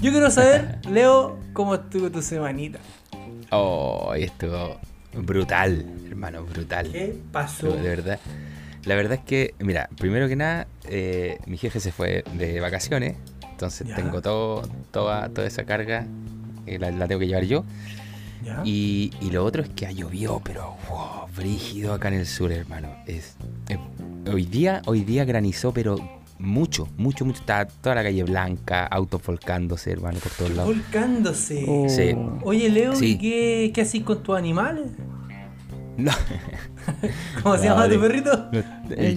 Yo quiero saber, Leo, cómo estuvo tu semanita. Oh, estuvo brutal, hermano, brutal. ¿Qué pasó? Estuvo De verdad. La verdad es que, mira, primero que nada, eh, mi jefe se fue de vacaciones, entonces Ya. tengo todo, toda, toda esa carga, eh, la, la tengo que llevar yo. ¿Ya? Y, y lo otro es que ha llovido, pero wow, brígido acá en el sur, hermano. Es, es- hoy día, hoy día granizó, pero mucho, mucho, mucho. Está toda la calle blanca, autos volcándose, hermano, por todos lados. Volcándose. Oh. Sí. Oye, Leo, ¿y Sí. qué, qué haces con tus animales? No, ¿Cómo se No, llama de- tu perrito? el El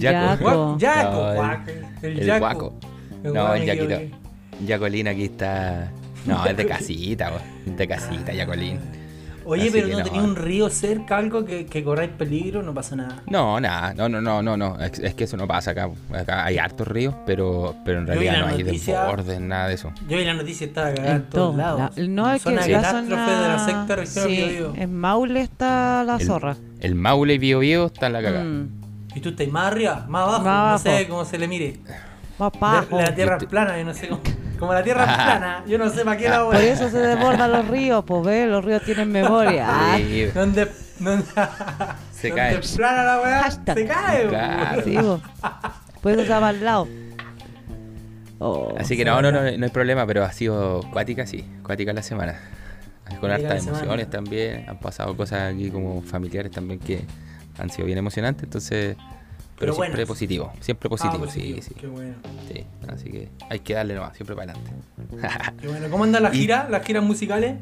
Guaco. yaco. yaco. Yaco, No, el- guaco, El yaco. guaco. El No, guaco, el me equivoqué. yaquito. Yacolín aquí está. No, es de casita, po, es de casita, Yacolín. Oye, Así pero que no no. tenía un río cerca, algo que, que corráis peligro, no pasa nada. No, nada, no, no, no, no, no. Es, es que eso no pasa acá. Acá hay hartos ríos, pero, pero en Yo vi realidad la no hay noticia. desbordes, nada de eso. Yo vi la noticia estaba cagada en En todos todos lados. lados. No, es que Zona la de catástrofe zona- de la sexta región sí, Biobío. en Maule está la El- Ah, zorra. El Maule y Bio Bio están la cagada. Mm, Y tú estás más arriba, más abajo, Más no sé abajo. cómo se le mire. va pa' La, abajo. la tierra es plana, yo no sé cómo. Como la Ah. tierra es plana, yo no sé para qué la voy. Por eso se desbordan los ríos, pues ve, los ríos tienen memoria. Ah, Sí, Donde, donde, Se donde cae. es plana la weá, Hashtag. se cae. Claro. sí, po. Por eso se va al lado. Oh, Así que no, no, no, no hay problema, pero ha sido cuática, sí, cuática la semana. Con Cuática la hartas semana. emociones también, han pasado cosas aquí como familiares también que han sido bien emocionantes, entonces... Pero, Pero bueno. siempre positivo, siempre positivo, Ah, positivo, sí, Qué bueno. sí, sí. Así que hay que darle nomás, siempre para adelante. Qué bueno. ¿Cómo andan las giras, las giras musicales?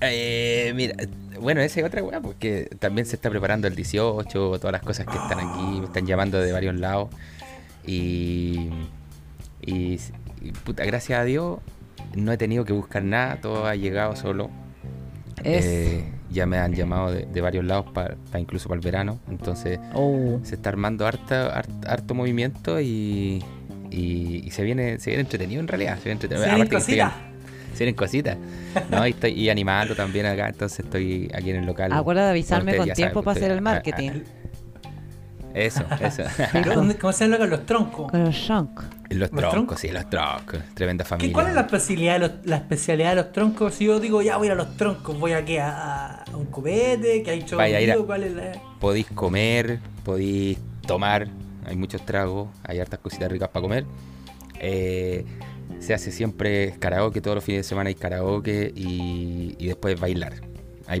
Eh, mira, bueno, esa es otra weá, porque también se está preparando el 18, todas las cosas que están aquí, me están llamando de varios lados. Y, y, y puta, gracias a Dios, no he tenido que buscar nada, todo ha llegado solo. Es. Eh, ya me han llamado de, de varios lados, pa- pa- incluso para el verano. Entonces Oh. se está armando harta- har- harto, movimiento y, y- y se, viene, se viene entretenido en realidad. Se viene ¿Se entretenido. vienen Aparte que estoy cositas? se vienen cositas. No, y estoy y animando también acá, entonces estoy aquí en el local. Acuérdate de avisarme Ustedes con ya tiempo saben, para hacer el ustedes- ah, marketing. ah, Eso, eso. Pero, ¿dónde- ¿Cómo se llama con los troncos? Con el shank. los troncos? troncos, sí, los troncos. Tremenda ¿Qué- familia. ¿Cuál es la especialidad, de los, la especialidad de los troncos? Si yo digo, ya voy a ir a los troncos, voy aquí a, a un copete, que hay hecho Vaya, ir a- ¿cuál es la...? Podéis comer, podéis tomar. Hay muchos tragos, hay hartas cositas ricas para comer. Eh, se hace siempre karaoke, todos los fines de semana hay karaoke y, y después bailar. Hay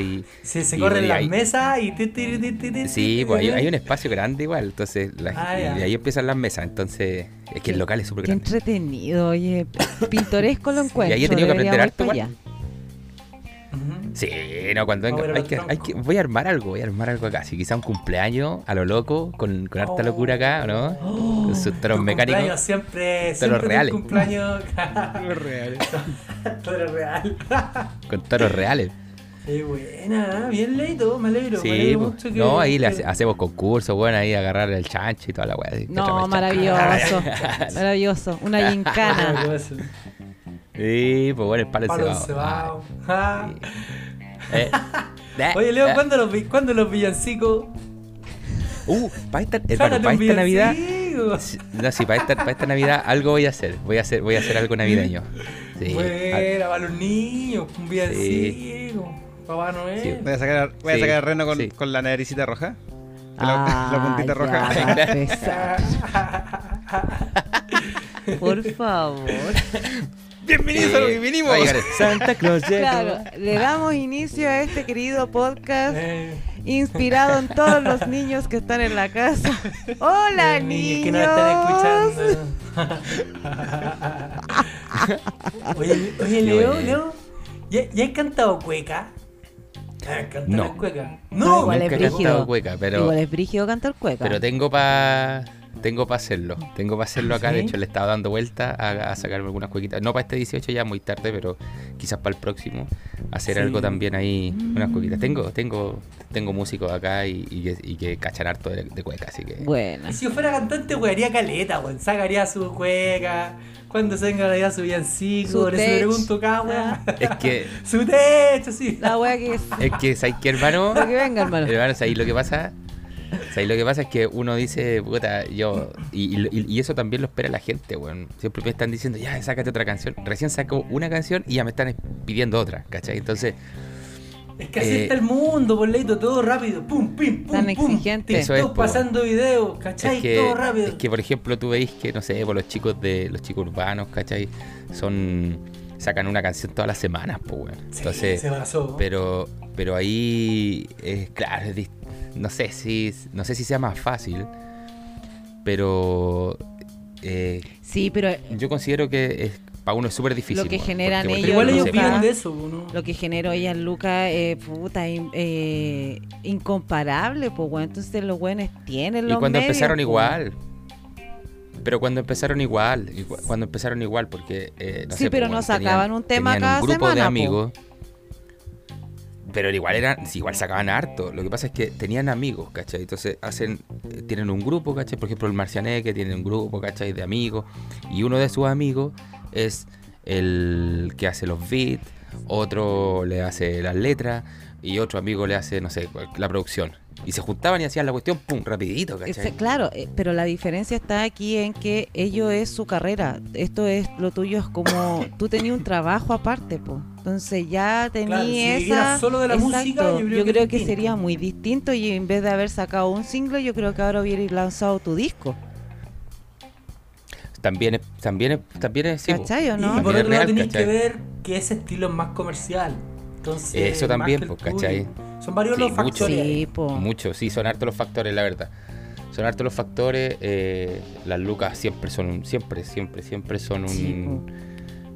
y. Se, se y corren bueno, las y hay- mesas y... ti, ti, ti, ti, ti, ti, Sí, pues hay, ti, hay un espacio grande igual, entonces la- Ah, y ya. de ahí empiezan las mesas, entonces es que el local es súper Qué grande. entretenido, oye. Pintoresco lo encuentro. he tenido que deberíamos aprender ir harto pa' igual. allá. Ujú. Sí, no, cuando venga. Ahora Hay los que, hay que- troncos. voy a armar algo, voy a armar algo acá. Si quizá un cumpleaños a lo loco, con, con harta Oh. locura acá, ¿no? Con sus Tus toros cumpleaños mecánicos. siempre, Toros siempre tus reales. cumpleaños... Toro real. Con toros reales. Qué buena, ¿eh? bien leído, me alegro. me Sí, alegro pues, mucho que- no, ahí le que- hace- hacemos concursos, bueno, ahí agarrar el chancho y toda la weá. que atrapa No, el chancho. maravilloso. maravilloso. Una gincana. Maravilloso. Sí, pues bueno, el palo Palo encebado. encebado. Ah. Ah, eh, eh, Oye, Leo, eh. ¿cuándo los, vi- cuándo los villancicos? Uh, para esta, hermano, Sácate para un esta Navidad. villancico. No, sí, para esta, para esta Navidad algo voy a hacer. Voy a hacer, voy a hacer algo navideño. Sí. Buena, para los niños, un villancico. Papá Sí. Noel. Voy a sacar, voy Sí, a sacar el reno con, sí. con la naricita roja. La, Ah, la puntita roja. ya, va a empezar. Ah. Por favor. Bienvenidos a lo que vinimos. Ay, Gareth. Santa Claus Claro, le damos inicio a este querido podcast Eh, inspirado en todos los niños que están en la casa. Hola, los niños. que no están escuchando. oye, oye, Leo, bueno. Leo, ¿ya, ya has cantado cueca? Ah, cantar No. en cueca. No, igual Nunca es he cantado brígido. cueca, pero- Igual es brígido cantar cueca. Pero tengo para tengo para hacerlo. Tengo para hacerlo acá. De ¿Sí? hecho, le estaba dando vuelta a, a sacarme algunas cuequitas. No para este 18 ya muy tarde, pero quizás para el próximo hacer Sí. Mm. algo también ahí unas cuequitas. Tengo tengo tengo músicos acá y, y que, y que cachan harto de, de cueca, así que Buena. Y si yo fuera cantante, haría caleta, weón. Sacaría su cueca. Cuando se encargaría su Su villancico. Por eso le tech. pregunto cada weá. es que Su techo, sí. La wea que es. es que sabes qué, hermano, Eh, Lo que venga, hermano. hermano, ahí lo que pasa O sea, y lo que pasa es que uno dice, puta, yo. Y, y- y eso también lo espera la gente, weón. Siempre me están diciendo, ya, sácate otra canción. Recién saco una canción y ya me están pidiendo otra, ¿cachai? Entonces, Es que así Eh, está el mundo, por leito, todo rápido. Pum, pim, pum. Tan pum. exigente. Eso es, TikTok po. pasando videos, ¿cachai? es que, todo rápido. es que, por ejemplo, tú veis que, no sé, por los chicos de los chicos urbanos, ¿cachai? Son. sacan una canción todas las semanas, pues, weón. Sí, Entonces. se basó. Pero, pero ahí, es, claro, es dis- no sé si no sé si sea más fácil, pero eh, Sí, pero yo considero que es, para uno es súper difícil. Lo que weón, generan porque Pero ellos, igual no ellos sé, viven viven pa- de eso, ¿no? lo que generó ella en Luca, eh, puta, in- eh, incomparable, pues, weón. Entonces los weones tienen Y los cuando medios, pues. empezaron po. igual. Pero cuando empezaron igual, igua- cuando empezaron igual, porque... eh, no Sí, sé, pero pues, no bueno, sacaban tenían- un tema tenían cada un grupo de semana, pues. po. amigos. Pero igual eran, sí, igual sacaban harto. Lo que pasa es que tenían amigos, ¿cachai? Entonces hacen, eh, tienen un grupo, ¿cachai? Por ejemplo, el Marciané, que tiene un grupo, ¿cachai? De amigos. Y uno de sus amigos es el que hace los beats, otro le hace las letras y otro amigo le hace, no sé, la producción. Y se juntaban y hacían la cuestión, ¡pum! Rapidito, ¿cachai? Efe- Claro, eh, pero la diferencia está aquí en que ello es su carrera. Esto es lo tuyo, es como tú tenías un trabajo aparte, po. Entonces ya tenías Claro, si esa. vivieras solo de la música, yo creo que es creo que, distinto. sería muy distinto y en vez de haber sacado un single, yo creo que ahora hubierais lanzado tu disco. También es, también es, también es, sí, po. ¿Cachai o Y no? También por es otro lado real, tenéis que ¿cachai? ver que ese estilo es más comercial. Entonces, Eso más también, que el pues, ¿cachai? tuyo. Son varios Sí, los mucho. factores. Sí, po. Mucho, sí, son hartos los factores, la verdad. Son hartos los factores. eh, las lucas siempre son un, siempre, siempre, siempre son un. Sí, po.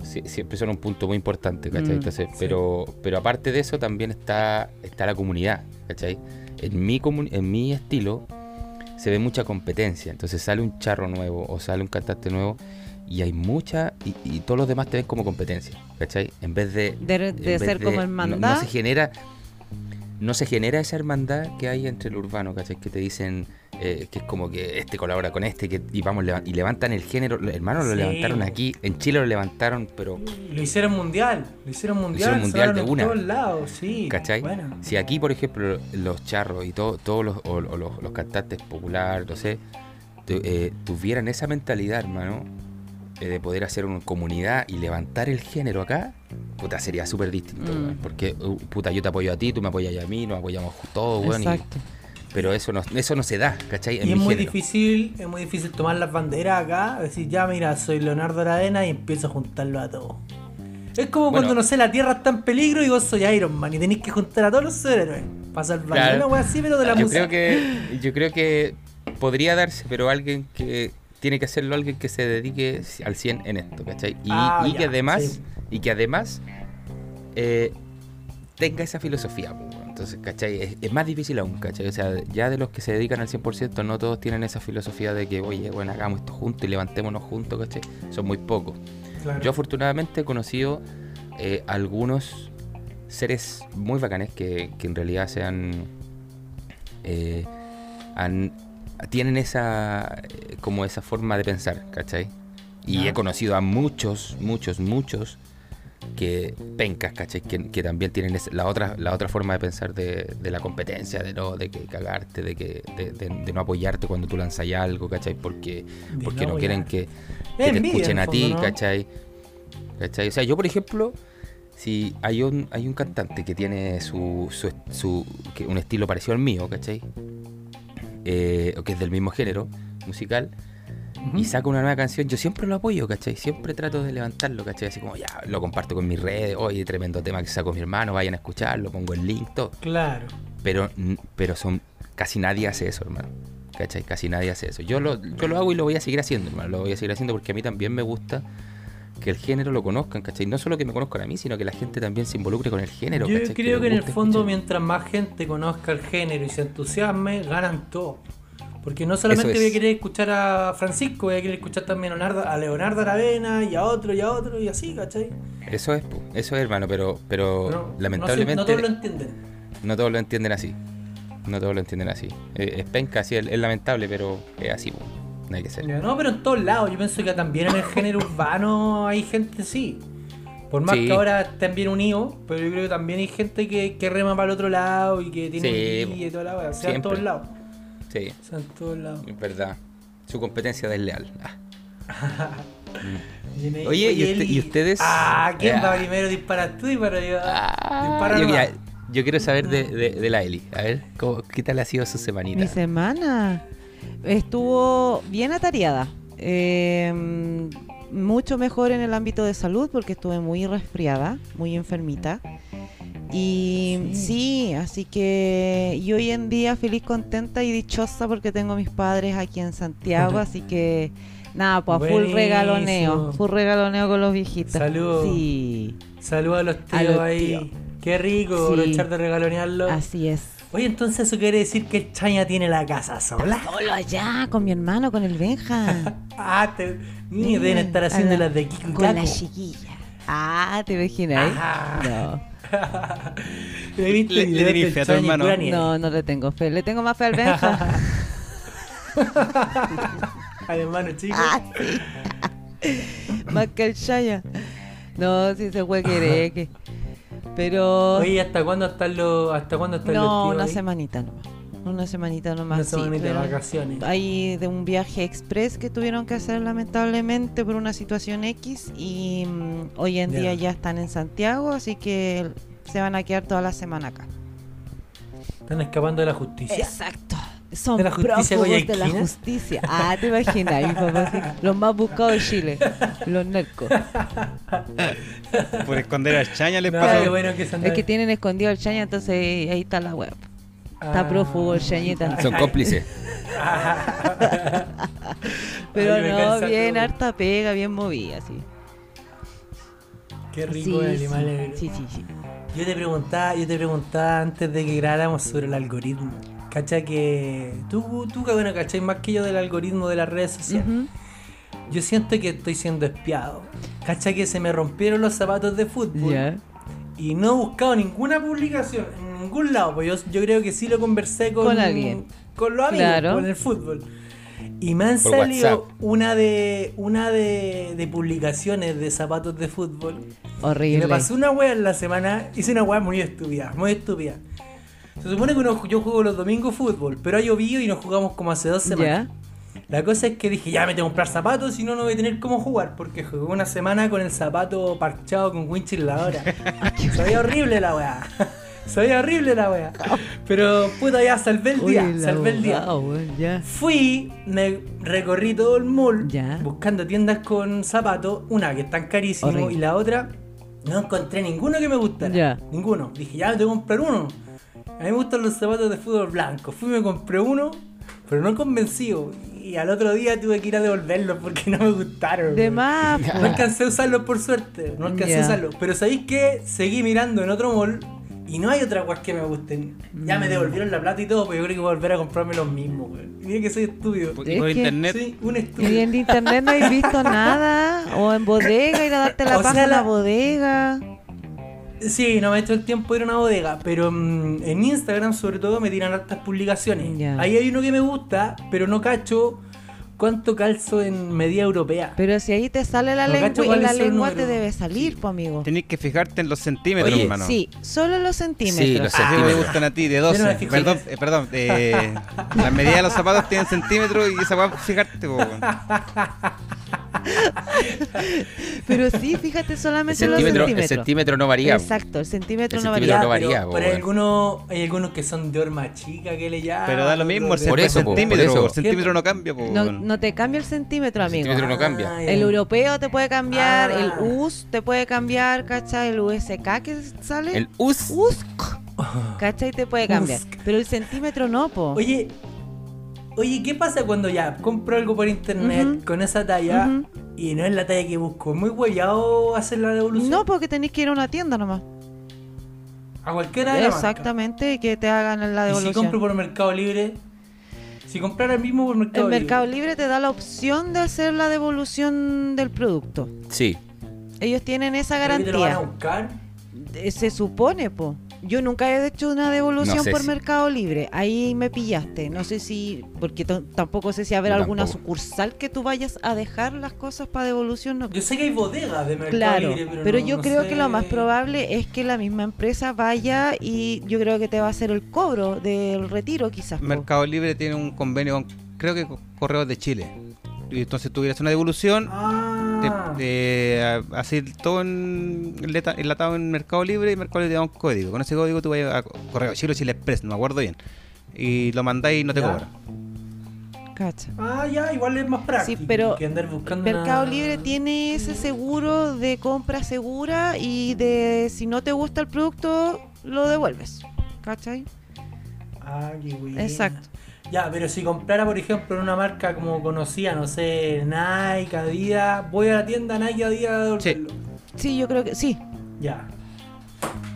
sie- siempre son un punto muy importante, ¿cachai? Mm, Entonces, sí. pero, pero aparte de eso también está, está la comunidad, ¿cachai? En mi, comu- en mi estilo se ve mucha competencia, entonces sale un charro nuevo o sale un cantante nuevo y hay mucha, y, y todos los demás te ven como competencia, ¿cachai? En vez de... De- de en vez ser no- como No, hermandad. se genera... No se genera esa hermandad que hay entre el urbano, ¿cachai? Que te dicen eh, que es como que este colabora con este que, y vamos, leva- y levantan el género. Lo- Hermano, lo Sí, levantaron po. aquí, en Chile lo levantaron, pero Lo hicieron mundial, lo hicieron mundial, hicieron mundial sonaron de en una. todos lados, sí. ¿Cachai? Bueno. Si aquí, por ejemplo, los charros y todo- todos los, o- o los, los cantantes populares, no sé, tu- eh, tuvieran esa mentalidad, hermano, eh, de poder hacer una comunidad y levantar el género acá, puta, sería súper distinto, Mm. weón, Porque, uh, puta, yo te apoyo a ti, tú me apoyas a mí, nos apoyamos todos, weón. y- Exacto. pero eso no, eso no se da, ¿cachai? En Y es mi muy género. difícil, es muy difícil tomar las banderas acá, decir ya mira, soy Leonardo Aravena y empiezo a juntarlo a todos. Es como Bueno. cuando no sé, la tierra está en peligro y vos soy Iron Man y tenéis que juntar a todos los superhéroes. Para salvarlo. Claro. Una wea así, pero de la yo música. creo que yo creo que podría darse pero alguien que tiene que hacerlo alguien que se dedique al 100 en esto ¿cachai? y, Ah, y que ya, además sí. y que además eh, tenga esa filosofía po, weón. entonces ¿cachai? Es, es más difícil aún ¿cachai? o sea ya de los que se dedican al 100% no todos tienen esa filosofía de que oye bueno hagamos esto juntos y levantémonos juntos ¿cachai? son muy pocos Claro. yo afortunadamente he conocido eh, algunos seres muy bacanes que, que en realidad se han, eh, han- tienen esa eh, como esa forma de pensar, ¿cachai? Y Ya. he conocido a muchos, muchos, muchos que pencas, ¿cachai? Que, que también tienen esa- la otra, la otra forma de pensar de, de la competencia, de no, de que cagarte, de que, de, de- de no apoyarte cuando tú lanzas algo, ¿cachai? Porque, De porque no no quieren apoyar. que, que Es te envidia, escuchen en a el ti, fondo, ¿no? ¿cachai? ¿Cachai? O sea, yo por ejemplo, si hay un, hay un cantante que tiene su, su, su- que un estilo parecido al mío, ¿cachai? Eh, o que es del mismo género musical, Ujú. y saca una nueva canción, yo siempre lo apoyo, ¿cachai? Siempre trato de levantarlo, ¿cachai? Así como, ya, lo comparto con mis redes, oye, tremendo tema que sacó mi hermano, vayan a escucharlo, pongo el link, todo. Claro. Pero, n- pero son, casi nadie hace eso, hermano. ¿Cachai? Casi nadie hace eso. Yo lo, yo lo hago y lo voy a seguir haciendo, hermano. Lo voy a seguir haciendo porque a mí también me gusta que el género lo conozcan, ¿cachai? No solo que me conozcan a mí, sino que la gente también se involucre con el género. Yo ¿cachai? creo les que en el guste fondo, escuchar. mientras más gente conozca el género y se entusiasme, ganan todos. Porque no solamente Eso voy a es. querer escuchar a Francisco, voy a querer escuchar también a Leonardo, a Leonardo Aravena y a otro y a otro y así, ¿cachai? Eso es, po, eso es, hermano, pero, pero Pero no- lamentablemente No, sé, no todos lo entienden. entienden así. No todos lo entienden así. Eh, es penca, sí, es, es lamentable, pero es así, po. No hay que ser. No, pero en todos lados. Yo pienso que también en el género urbano hay gente, sí. Por más Sí. que ahora estén bien unidos, pero yo creo que también hay gente que, que rema para el otro lado y que tiene Sí, envidia y toda la weá. O sea, en siempre. todos lados. Sí, Está en todos lados. es verdad. Su competencia desleal. Ah. Y en ahí- Oye, ¿y usted- Eli- y ustedes? Ah, ¿quién Ah. va primero? Disparas tú y para yo. Dispara nomás. yo, mira, yo quiero saber de, de- de la Eli. A ver, ¿cómo- ¿qué tal ha sido su semanita? Mi semana estuvo bien atareada. Eh, mucho mejor en el ámbito de salud porque estuve muy resfriada, muy enfermita. Y sí. así que y hoy en día feliz, contenta y dichosa porque tengo a mis padres aquí en Santiago, así que nada, pues a full Buenísimo. regaloneo, full regaloneo con los viejitos. Saludos. Sí, Saluda a los tíos A los ahí. tíos. Qué rico, Sí. aprovechar de regalonearlo. así es. Oye, entonces eso quiere decir que el Chaña tiene la casa sola. Hola allá con mi hermano, con el Benja. Ah, te... ni Mira, deben estar haciendo a la- las de Kiko y Con la Caco. chiquilla. Ah, ¿te imaginas? Ah. No, ¿Le viste Le- el le video tenés del fe a tu Chaña y hermano. pura nieve? no, no le tengo fe. Le tengo más fe al Benja. Al hermano chico. Ah, sí. más que al Shaya. No, si se fue que Pero. Oye, ¿hasta cuándo están los, hasta cuándo están no, los una tíos ahí? semanita nomás. Una semanita nomás. Una sí, semanita de pero vacaciones. Hay de un viaje express que tuvieron que hacer lamentablemente por una situación X. Y mm, hoy en Ya. día ya están en Santiago, así que se van a quedar toda la semana acá. Están escapando de la justicia. Exacto. Son De la justicia prófugos de la guayaquina. justicia. Ah, te imaginas, mi papá, así, los más buscados de Chile, los narcos. Por esconder a Chaña les No, pasó. qué bueno que se Es que tienen escondido el chaña, entonces ahí ahí está la web. Ah. Está prófugo el chañita. Son cómplices. Pero Ay, me no, cansa bien todo. harta pega, bien movida, sí. Qué Sí, rico el sí, animal. eh. sí, sí, sí. Yo te preguntaba, yo te preguntaba antes de que grabáramos sobre el algoritmo. Cacha que. Tú, tú que bueno, cachai más que yo del algoritmo de las redes sociales. Ujú. Yo siento que estoy siendo espiado. Cacha que se me rompieron los zapatos de fútbol. Ya. Y no he buscado ninguna publicación en ningún lado. Pues yo, yo creo que sí lo conversé con, Con alguien. Con los amigos, Claro. con el fútbol. Y me han Por salido WhatsApp. una de una de, de publicaciones de zapatos de fútbol. Y Horrible. me pasó una wea en la semana. Hice una wea muy estúpida, muy estúpida. Se supone que uno- yo juego los domingos fútbol, pero ha llovido y nos jugamos como hace dos semanas. Ya. La cosa es que dije, ya me tengo que comprar zapatos, si no, no voy a tener cómo jugar, porque jugué una semana con el zapato parchado con winch en la hora. Se veía horrible la weá. Se veía horrible la weá. Pero puta, ya salvé el día, Uy, la salvé el día. abogada, weón, ya. Fui, me recorrí todo el mall Ya. buscando tiendas con zapatos, una que están carísimos Horrible. y la otra no encontré ninguno que me gustara. Ya. Ninguno. Dije, ya me tengo que comprar uno. A mí me gustan los zapatos de fútbol blanco. Fui, me compré uno, pero no convencido. Y al otro día tuve que ir a devolverlos porque no me gustaron. De weón. más, pues. po. No alcancé a usarlo por suerte, no alcancé Ah. Ya. a usarlo. Pero sabéis que seguí mirando en otro mall y no hay otras weas que me gusten. Ya Mm. me devolvieron la plata y todo, pero yo creo que voy a volver a comprarme los mismos, weón. Y Mira que soy estúpido. Pues, Por, Es por que- internet. Soy un Y estúpido. en internet no has visto nada. O en bodega, ir a darte la O paja sea, en la la- bodega. Sí, no me he hecho el tiempo de ir a una bodega, pero mm, en Instagram sobre todo me tiran hartas publicaciones. Ya. Ahí hay uno que me gusta, pero no cacho cuánto calzo en medida europea. Pero si ahí te sale la No cacho lengua, cuál y la es el lengua te número. debe salir, pues amigo. Tenés que fijarte en los centímetros, Oye, hermano. Sí, solo los centímetros. Sí, los ¿Qué me centímetros. gustan a ti? De Yo no 12. me fijo perdón, en eh, perdón. eh, la medida de los zapatos tienen centímetros y esa weá, fijarte, po, weón. Pero sí, fíjate El solamente los centímetro, el centímetros. centímetro no varía. Exacto, el centímetro El no centímetro varía. no varía, pero, po, pero hay, weón. algunos, hay algunos que son de horma chica que le llaman. Pero da lo mismo, el otros de- Por eso, po, por centímetro, eso. po, el centímetro no cambia, po, No, weón. no te cambia el centímetro, amigo. centímetro no cambia. Ah, ya. El europeo te puede cambiar, Ah. el US te puede cambiar, ¿cachai? El USK que sale. El US. USK, ¿cachai? Te puede cambiar. Pero el centímetro no, po. Oye, oye, ¿qué pasa cuando ya compro algo por internet Ujú. con esa talla Ujú. y no es la talla que busco? ¿Es muy guayado hacer la devolución? No, porque tenéis que ir a una tienda nomás. a cualquiera de la marca. Exactamente, y que te hagan la Y si compro devolución. por Mercado Libre, si comprara el mismo por Mercado El Libre. Mercado Libre te da la opción de hacer la devolución del producto. Sí. Ellos tienen esa ¿Pero que te lo van a garantía. buscar? Eh, Se supone, po. Yo nunca he hecho una devolución No sé por si- Mercado Libre. Ahí me pillaste. No sé si, porque to- tampoco sé si habrá Yo alguna tampoco. sucursal que tú vayas a dejar las cosas para devolución. No. Yo sé que hay bodegas de mercado Claro, Libre, pero, pero, no- yo no creo sé. que lo más probable es que la misma empresa vaya y yo creo que te va a hacer el cobro del retiro quizás. po. Mercado Libre tiene un convenio con, creo que con Correos de Chile. Y entonces tuvieras una devolución, te- Ah, te- a- así todo en, enlata- enlatado en Mercado Libre y Mercado Libre te da un código. Con ese código tú vas a Correo Chile o Chile Express, no me acuerdo bien. Y lo mandáis y no te Ya. cobran. Cacha. ah, ya, igual es más práctico pero que andar buscando Mercado una- Libre tiene ese seguro de compra segura y de si no te gusta el producto, lo devuelves. ¿Cachai? Ah, qué buena. Exacto. Ya, pero si comprara, por ejemplo, en una marca como conocía, no sé, Nike, Adidas, voy a la tienda Nike, Adidas, a devolverlo. Sí, yo creo que sí. Ya.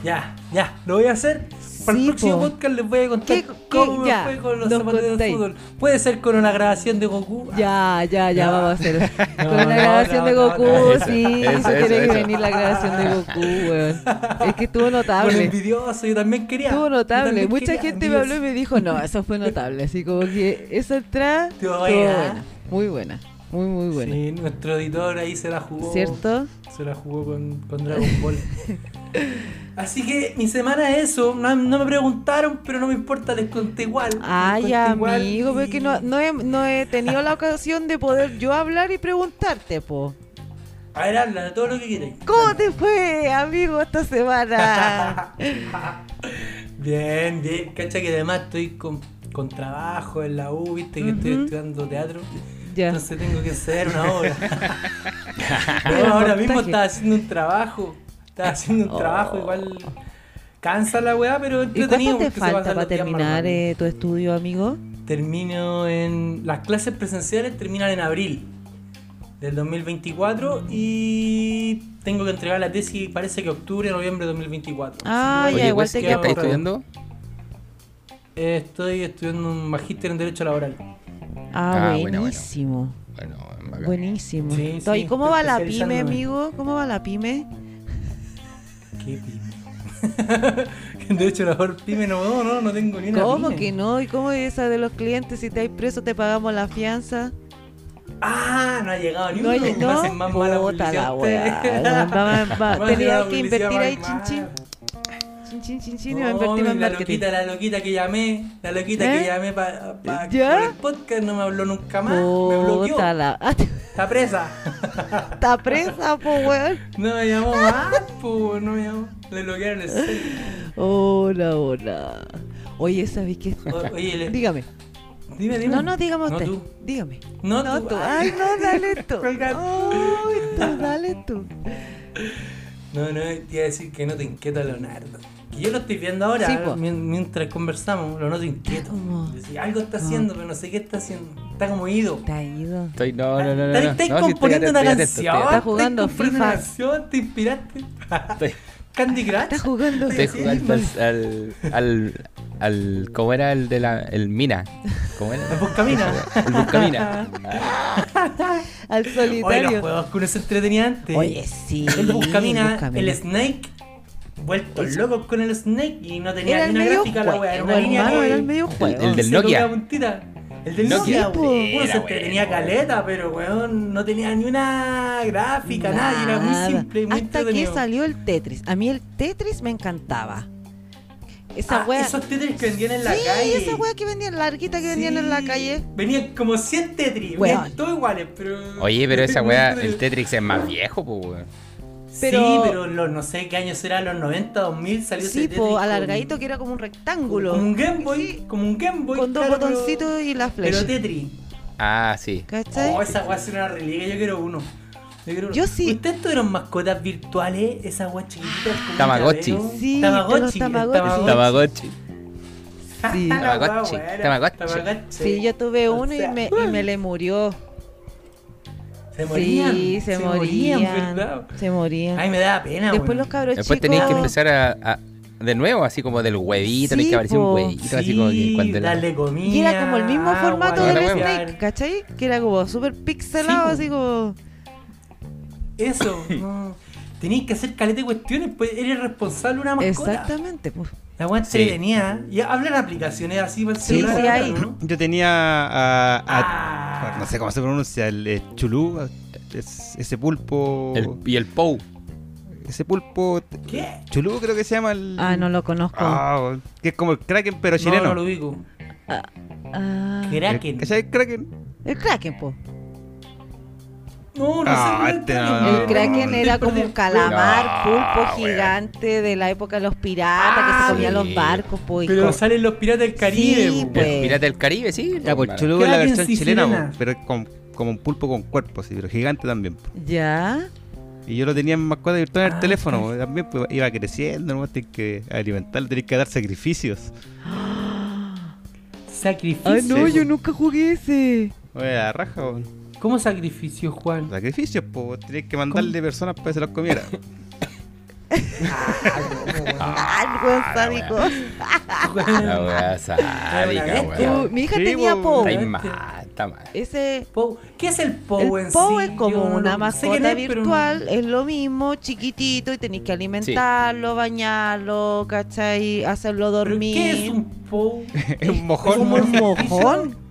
Ya, ya, lo voy a hacer. Para Sí, el próximo po. podcast les voy a contar ¿Qué- cómo qué- me ya, fue con los nos zapatos de contáis. fútbol. Puede ser con una grabación de Goku. ah, Ya, Ya. ya, ya, vamos a hacer. No, Con la no, grabación no, de no, Goku, no, eso, sí, eso, sí tiene eso, que eso. venir la grabación de Goku, weón. Es que estuvo Con notable. envidioso, yo también quería. Estuvo Yo notable. también Mucha quería, gente me envidioso. habló y me dijo, no, eso fue notable. Así como que esa entrada Estuvo estuvo buena. buena. Muy buena. Muy, muy buena. Sí, nuestro editor ahí se la jugó. ¿Cierto? Se la jugó con, con Dragon Ball. Así que mi semana es eso. No, no me preguntaron, pero no me importa, les conté igual. Les Ay, conté igual amigo, pero es que no, y- no, he, no he tenido la ocasión de poder yo hablar y preguntarte, po. A ver, habla de todo lo que quieras. ¿Cómo te fue, amigo, esta semana? Bien, bien. Cacha que además estoy con, con trabajo en la U, viste que estoy Ujú. estudiando teatro. ya. Entonces tengo que hacer una obra. No, ahora mismo montaje. estaba haciendo un trabajo. Estaba haciendo un Oh. trabajo igual. Cansa la weá, pero ¿Y entretenido cuánto te porque se falta pasan para los días más terminar rápido. eh, tu estudio, amigo? Termino en. Las clases presenciales terminan en abril del 2024 y tengo que entregar la tesis, parece que octubre, noviembre de 2024. Ah, Así que ya, Oye, igual pues, te ¿qué queda estás poco. estudiando? Eh, Estoy estudiando un magíster en Derecho Laboral. Ah, Ah, bueno, bueno. buenísimo. Bueno, bacán. Buenísimo. Sí, Entonces, sí, ¿Y cómo estoy va la pyme, especializándome. amigo? ¿Cómo va la pyme? Qué pyme. en Derecho Laboral pyme, no, no, no, no tengo ni una ¿Cómo pyme. que no? ¿Y cómo es esa de los clientes? Si te hay preso, te pagamos la fianza. Ah, no ha llegado ni No, uno. oye, Me no. hacen más mala Puta publicidad la ustedes. weá. weón, va- va- Me hacen la Tenía que publicidad invertir más ahí, chin, mala. chin. Chin, chin, chin, chin, y No, me invertimos en la marketing. loquita, la loquita que llamé, la loquita ¿Eh? que llamé para ¿Ya? el podcast no me habló nunca más, me bloqueó, Puta la. Ah, está presa. Está presa, po, weón. No me llamó más, pues, no me llamó, le bloquearon el cel. Hola, hola. Oye, ¿sabes qué? O- Oye, le- Dígame. dime, dime. No, no, dígame No, usted. tú. Dígame. No, tú. Ay, no, dale tú. Colgar. Ay, tú, dale tú. No, no, te iba a decir que no te inquieta, Leonardo. Que yo lo estoy viendo ahora, Sí, po. mien- mientras conversamos, lo noto inquieto. como- Decía, Algo está haciendo, pero no sé qué está haciendo. Está como ido. Te ha ido. Estoy, no, no, no, no. no. Estáis- Estáis No, sí, estoy componiendo atento, una estoy atento, canción. estoy Está jugando estáis componiendo FIFA. una canción, te inspiraste. atento. Estoy- Candy Crush. Está jugando. Estoy jugando al, al, al, al- ¿Cómo era el de la. El mina? ¿Cómo era? El Buscamina. El Buscamina. Al Oye, los solitario. juegos que uno se entretenía antes. Oye, sí. el Buscamina, Buscamina. el Snake. Vueltos locos con el Snake y no tenía Era ni el una medio gráfica la juego. weá. Era una línea hermano, que- era el medio El- juego. el del se Nokia. tocaba puntita. El del Nokia. Nokia, Sí, po. weón. Uno Era se entretenía bueno. caleta, pero weón, no tenía ni una gráfica, nada. y Era Nada. muy simple y muy Hasta que entretenido. salió el Tetris. A mí el Tetris me encantaba. Esa Ah, wea. Esos tetris que vendían en la sí, calle. esa wea que vendían, larguita que vendían en la Sí. calle. Venían como 100 Tetris, Weón. venían todos iguales, pero. Oye, pero esa weá, el Tetris. Tetris es más viejo, pues weón. Sí, Pero- pero los, no sé qué años será, los 90, 2000, salió Sí, ese Tetris. po, con- alargadito que era como un rectángulo. Como un Game Boy, como un Game Boy. con dos claro, pero- botoncitos y la Pero, flecha. Tetris. Ah, sí. ¿Cachai? Oh, esa weá es una reliquia, yo quiero uno. Yo, quiero uno. Yo sí. Ah, ¿Ustedes tuvieron mascotas virtuales? Esa weá chiquitita. como un Tamagotchi. llavero. Sí, Tamagotchi. los el Tamagotchi. Tamagotchi. Sí. La weá Tamagotchi, buena. Tamagotchi. Sí, yo tuve O uno y, sea, me, y me le murió. Se morían. Sí, se, morían, morían. ¿verdad? se morían. Ay, me daba pena, Después weón. los cabros Después chicos. tenéis que empezar a, a- De nuevo, así como del huevito, Sí, tenéis que aparecer un po. huevito, así como que cuando. era- darle comida. Y era como el mismo agua, formato la del hueá. Snake, ¿cachai? Que era como súper pixelado, Sí, po. así como. Eso. no. tenéis que hacer caleta de cuestiones, pues eres responsable de una mascota. Exactamente. pues. La weá Sí. entretenida. Y hablan aplicaciones así para el Sí, celular. sí, ahora, hay. ¿no? Yo tenía a, a- Ah. no sé cómo se pronuncia, el eh, chulú, es- ese pulpo, El- y el POU. ese pulpo ¿Qué? chulú creo que se llama el Ah, no lo conozco. Ah, que es como el Kraken pero No, chileno. Eh, no lo ubico. Ah, Kraken. ¿Cachai el Kraken? el Kraken, po. No, no Ah, sé. este Kraken. no. El Kraken no, era no, como no, un calamar, no, pulpo weón. gigante de la época de los piratas que Ah, se comían sí. los barcos, pues, po. y Pero co- salen los piratas del Caribe. Sí, po. pues. El pirata del Caribe, sí. Ya, pues claro. chulú es la Kraken versión chilena, siciliana. po, pero es como, como un pulpo con cuerpo, sí, pero gigante también. po. Ya. Y yo lo tenía en mascota virtual en el Ah, teléfono, po, también pues, iba creciendo, nomás tenés que alimentarlo, tenés que dar sacrificios. Sacrificio. Ay, no, Sí, yo po. nunca jugué ese. Oye, la raja, po. ¿Cómo sacrificio, Juan? sacrificios, pues tenés que mandarle personas para que se los comiera. Ay, weón sádico. La weá sádica, Una weón. Uh, Mi hija Sí, tenía po. po. Está ahí este- mal, está mal. Ese. Pou- ¿Qué es el El Pou en Pou sí? es como Yo no- una no sé qué mascota es, pero no- virtual, es lo mismo, chiquitito, y tenéis que alimentarlo, bañarlo, ¿cachai? Hacerlo ¿Pero dormir. ¿Qué es un Pou? es un mojón. como un mojón.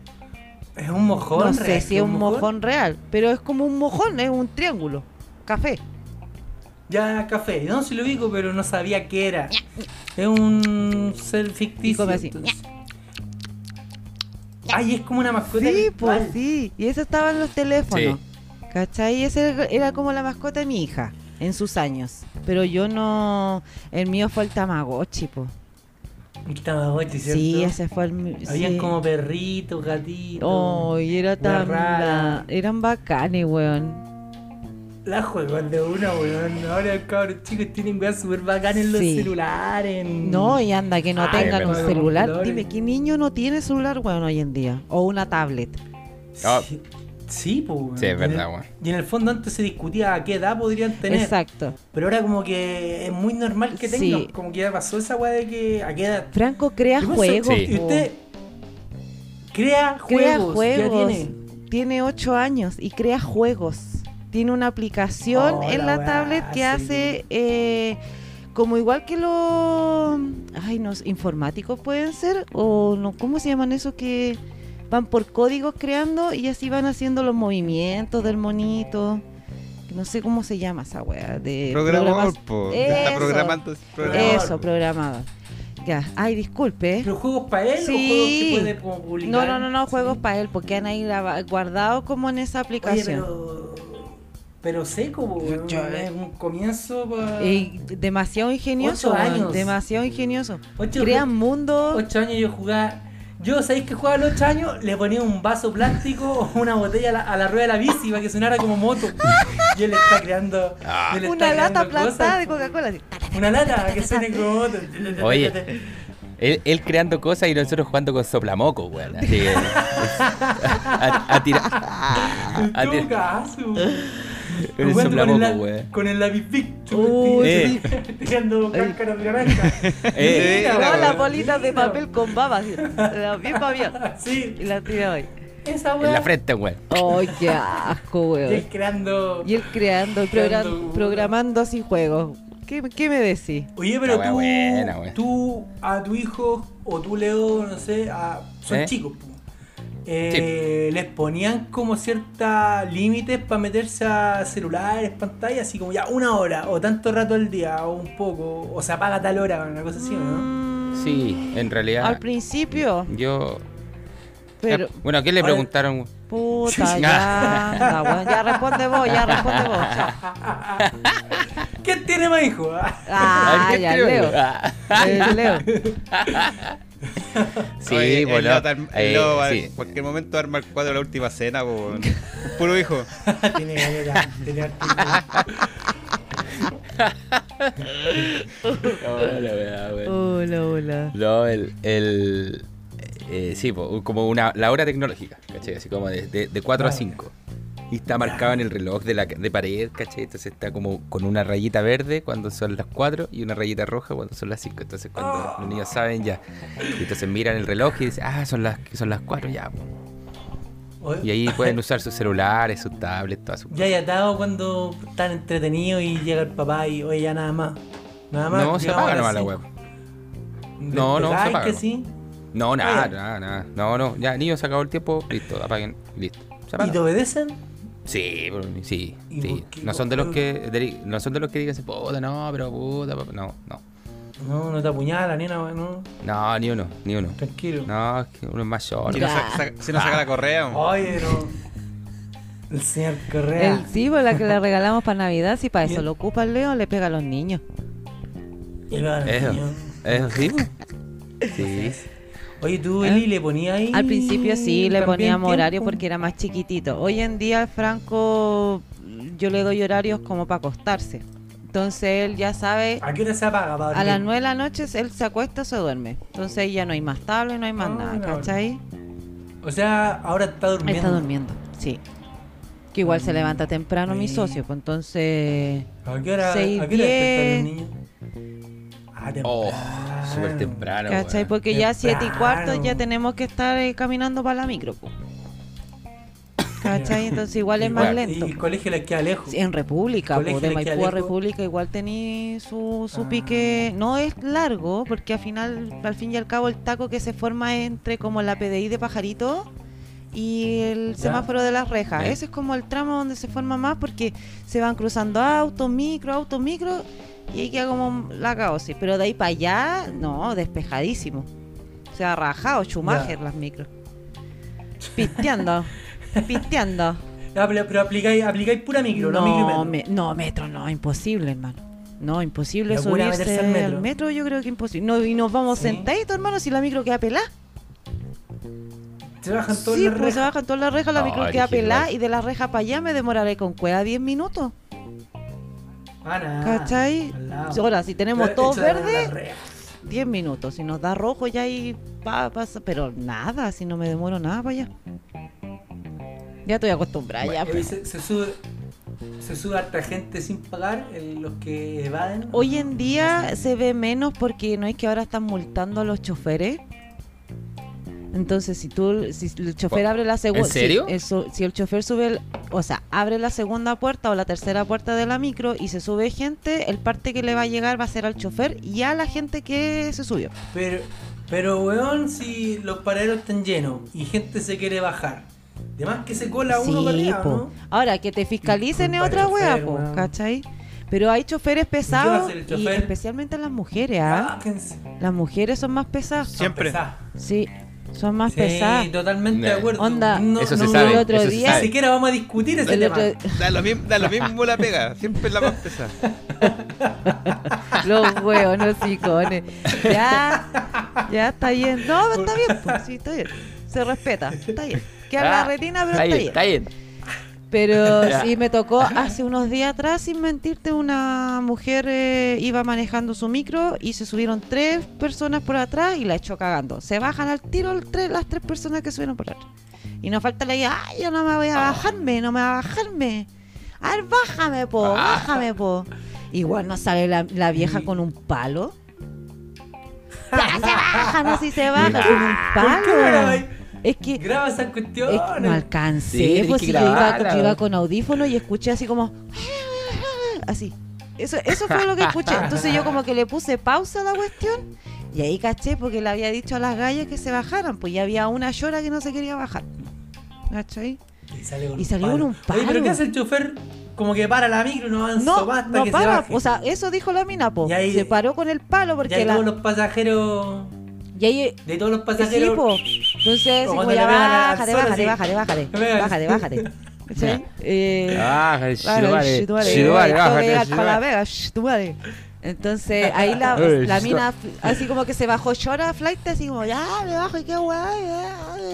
Es un mojón. No sé real, si es un mojón real, pero es como un mojón, es un triángulo. Café. Ya, café. No, si lo digo, pero no sabía qué era. Es un ser Y ficticio. come así. entonces. Ay, es como una mascota Sí, virtual. pues sí. Y eso estaba en los teléfonos. ¿Cachai? Esa era- era como la mascota de mi hija en sus años. Pero yo no. El mío fue el Tamagotchi, po. Un Tamagotchi, ¿cierto? Sí, ese fue el mío. Habían sí. como perritos, gatitos. Oh, y era tan. rara. la- Eran bacanes, weón. La juegan de una, weón. Ahora los cabros chicos tienen weas súper bacanas en los Sí. celulares. en- No, y anda, que no Ay, tengan un verdad. celular. Computadores. Dime, ¿qué niño no tiene celular, weón, hoy en día? O una tablet. Ah. Sí, sí, po, weón. Sí, es Y en verdad, el- weón. Y en el fondo antes se discutía a qué edad podrían tener. Exacto. Pero ahora como que es muy normal que Sí. tengan. Como que ya pasó esa wea de que a qué edad. Franco crea Yo pienso- juegos. Sí. Y po. usted crea juegos. crea Ya juegos. tiene. Tiene 8 años y crea juegos. Tiene una aplicación Oh, en la la weá, tablet que sí. hace eh, como igual que los ay, no, sé, informáticos pueden ser o no, ¿cómo se llaman esos que van por códigos creando y así van haciendo los movimientos del monito? No sé cómo se llama esa wea de Programador, programas- po. Está Eso. programando. programador, Eso, po. programado. Ya, ay, disculpe. eh. ¿Pero juegos para él o Sí. juegos que puede como publicar? No, no, no, no, juegos Sí. para él, porque han ahí graba- guardado como en esa Oye, aplicación. pero... Pero seco, weón. Yo- eh. Es un comienzo para... Y demasiado ingenioso, Ocho weón, años. demasiado ingenioso. Ocho- Crean mundo. 8 años yo jugaba. Yo, ¿sabéis que jugaba a los 8 años? Le ponía un vaso plástico o una botella a la, a la rueda de la bici para que sonara como moto. Y él está creando. Ah. y él está Una lata creando plantada de cosas. Coca-Cola. así, ta, ta, ta. Una lata que suene como moto. Oye. Él, él creando cosas y nosotros jugando con soplamoco, weón. Así que- a, a tirar. a El tirar- tucazo. con Jugando el con, soplamoco, el, weón. la- con el lápiz Victor. Uy, Eh. Tirando cáscaras de naranja. Eh, Mira, Todas weón. las bolitas de papel con babas. así, la- Bien babiada. Sí, Y las tira hoy. esa weá. en la frente, weón. Ay, qué asco, Y él weón. creando. Y él creando, Creando, progra- weón. programando así juegos. ¿Qué, qué me decís? Oye, pero La wea tú, buena, wea. tú a tu hijo o tú Leo, no sé, a, son ¿Eh? chicos. po. Eh, Les ponían como ciertos límites para meterse a celulares, pantallas, así como ya una hora o tanto rato al día o un poco, o se apaga tal hora, una cosa así, ¿o ¿no? Mm, Sí, en Al realidad. principio, Yo. ah, pero. Bueno, ¿a quién le Ahora- preguntaron? Puta, Sí. Ah. ya. anda, weón. Ya responde vos, ya responde vos. chao. Ah, ¿Quién tiene más hijos? ¿A Ah, quién ya, creo? Leo. Ah. El Leo. Sí, Oye, boludo. el Lota arm- el Eh, Lota, a- sí. cualquier momento arma el cuadro de la última cena, po, weón. puro hijo. tiene galera, tiene harto hijo. Hola, weá, weón. Hola, hola. No, el. el eh, sí, po, como una, la hora tecnológica, ¿cachai? Así como de, de, 4 a Vale. 5. Y está marcado en el reloj de, la, de pared, ¿cachai? Entonces está como con una rayita verde cuando son las 4 y una rayita roja cuando son las 5. Entonces cuando los niños saben ya. Y entonces miran el reloj y dicen, ah, son las, son las 4 ya. po. Oye, Y ahí pueden usar sus celulares, sus tablets, todas sus Ya hay atado cuando están entretenidos y llega el papá y oye, ya nada más. Nada más. No, se llegamos apaga a nomás las la web. cinco. No, no, se ¿Verdad apaga que nomás. sí? No, nada, Oye. nada, nada. No, no, ya, niños, se acabó el tiempo, listo, apaguen, listo. Se ¿Y te apaga. obedecen? Sí, por mí, sí, ¿Y sí. por qué? No son de los que, de- no son de los que digan, puta, no, pero puta, pa- no, no. No, no te apuñala, nena, weón, no. No, ni uno, ni uno. Tranquilo. No, es que uno es mayor. Si Ya. no sa- sa- si no saca Ah. la correa. Oh. mo. Oye, no. El señor Correa. El, sí, pues la que le regalamos para Navidad, si para eso Bien. lo ocupa el Leo, le pega a los niños. Y lo del Eso, niño. eso sí. pues. Sí. Oye, tú, ¿Eh? Eli, le ponías ahí. Al principio sí le también poníamos tiempo? horario porque era más chiquitito. Hoy en día Franco yo le doy horarios como para acostarse. Entonces él ya sabe, ¿A qué hora se apaga, Pablo? a las 9 de la noche él se acuesta, se duerme. Entonces ya no hay más tablet, no hay más Ah, nada, la hora. ¿cachai? O sea, ahora está durmiendo. Está durmiendo, sí. Que igual se levanta temprano mi Sí. socio, pues entonces... ¿A qué hora, Seis, ¿a qué hora diez. despertaron los niños? Ah, temprano. Oh, súper temprano. ¿Cachai? weón. Porque ya siete y cuarto ya Temprano. tenemos que estar eh, caminando para la micro. po. ¿Cachai? Entonces igual es más Igual, lento. Y el colegio les queda lejos. Sí, En República, po, Colegio de le queda Maipú a lejos. República igual tení su, su Ah. pique, no es largo, porque al final, al fin y al cabo el taco que se forma es entre como la PDI de Pajarito y el Ya. semáforo de las rejas. Ya. Ese es como el tramo donde se forma más porque se van cruzando autos, micro, autos, micro, y ahí queda como la caosis. Pero de ahí para allá, no, despejadísimo. O sea, rajado, Schumacher las micros. Pisteando, pisteando. Ah, pero, pero aplicáis, aplicáis pura micro, no, micro y metro. me- no, metro no, imposible, hermano. No, imposible Locura subirse meterse al metro. al metro, yo creo que imposible. No, y nos vamos Sí. sentaditos, hermano, si la micro queda pelada. Se bajan todos Sí, las pues se rejas. bajan todas las rejas, la No, micro queda original. pelada y de la reja para allá me demoraré con cueva 10 minutos. Ah, nada. ¿Cachai? Al lado. Ahora, si tenemos Pero todo echa la- la verde, reja. 10 minutos. Si nos da rojo ya ahí pa- pasa, pero nada, si no me demoro nada para allá. Ya estoy acostumbrada ya. pues. Oye, Eh, se, se sube. Se sube harta gente sin pagar, el- los que evaden. Hoy en día se ve menos porque no es que ahora están multando a los choferes. Entonces, si tú, si el chofer Gua- abre la segunda, ¿En serio? Si, el so- si el chofer sube, el- o sea, abre la segunda puerta o la tercera puerta de la micro y se sube gente, el parte que le va a llegar va a ser al chofer y a la gente que se subió. Pero, pero weón, si los paraderos están llenos y gente se quiere bajar. Además que se cola uno Sí, para po. ¿no? Ahora, que te fiscalicen es Disculpa, otra chofer, wea, po, weón. ¿cachai? Pero hay choferes pesados el y chofer? especialmente las mujeres, ¿ah? Bájense. Las mujeres son más pesadas. Siempre. Son Sí, son más pesadas. pesadas. Sí, totalmente de Nah. acuerdo. Onda, No, Eso no, se no, sabe. el otro eso se día- Ni sabe. siquiera vamos a discutir ese El tema. otro- Da lo, mismo, da lo mismo la pega, siempre es la más pesada. Los huevos, no sicones. Ya, ya está bien. No, pero está bien, pues, sí, está bien. Se respeta, está bien. Ah, Queda la retina, pero Está está bien, bien. está bien. Pero sí me tocó hace unos días atrás, sin mentirte, una mujer eh, iba manejando su micro y se subieron tres personas por atrás y la echó cagando. Se bajan al tiro el tres, las tres personas que subieron por atrás. Y nos falta la idea, ay, yo no me voy Ah. a bajarme, no me voy a bajarme. A ver, bájame, po, Ah. bájame, po. Igual no sale la, la vieja con un palo. Ya se baja, no si se baja con un ¿Por qué no grabáis? palo. Es que Graba esas es que no cuestiones. Sí, alcancé, tenés pues que si yo iba, grabarla, yo iba weón. con audífono y escuché así como así. Eso, eso fue lo que escuché. Entonces yo como que le puse pausa a la cuestión y ahí caché porque le había dicho a las gallas que se bajaran, pues ya había una llora que no se quería bajar. ¿Cachai? Y salió con Y salió con un Oye, pero palo. ¿qué hace el chofer? Como que para la micro, no avanza, No, basta no que se para, baje. o sea, eso dijo la mina, po. Y ahí- se paró con el palo y porque ahí la todos los pasajeros, y ahí de todos los sí, pasajeros, po. Entonces, Como como cuando ya le pegan a la bájate, sola, bájate, sí. bájate, bájate, Le pegan. bájate, bájate. ¿Cachai? Eh, Ah, el Claro, Shirubare, shh, tu madre, Shirubare, eh, tengo que bájate, llegar para la Shirubare. Vega, shh, tu madre. Entonces ahí la, Eh, la shh, mina f- así como que se bajó llora flight así como ya me bajo y qué guay eh,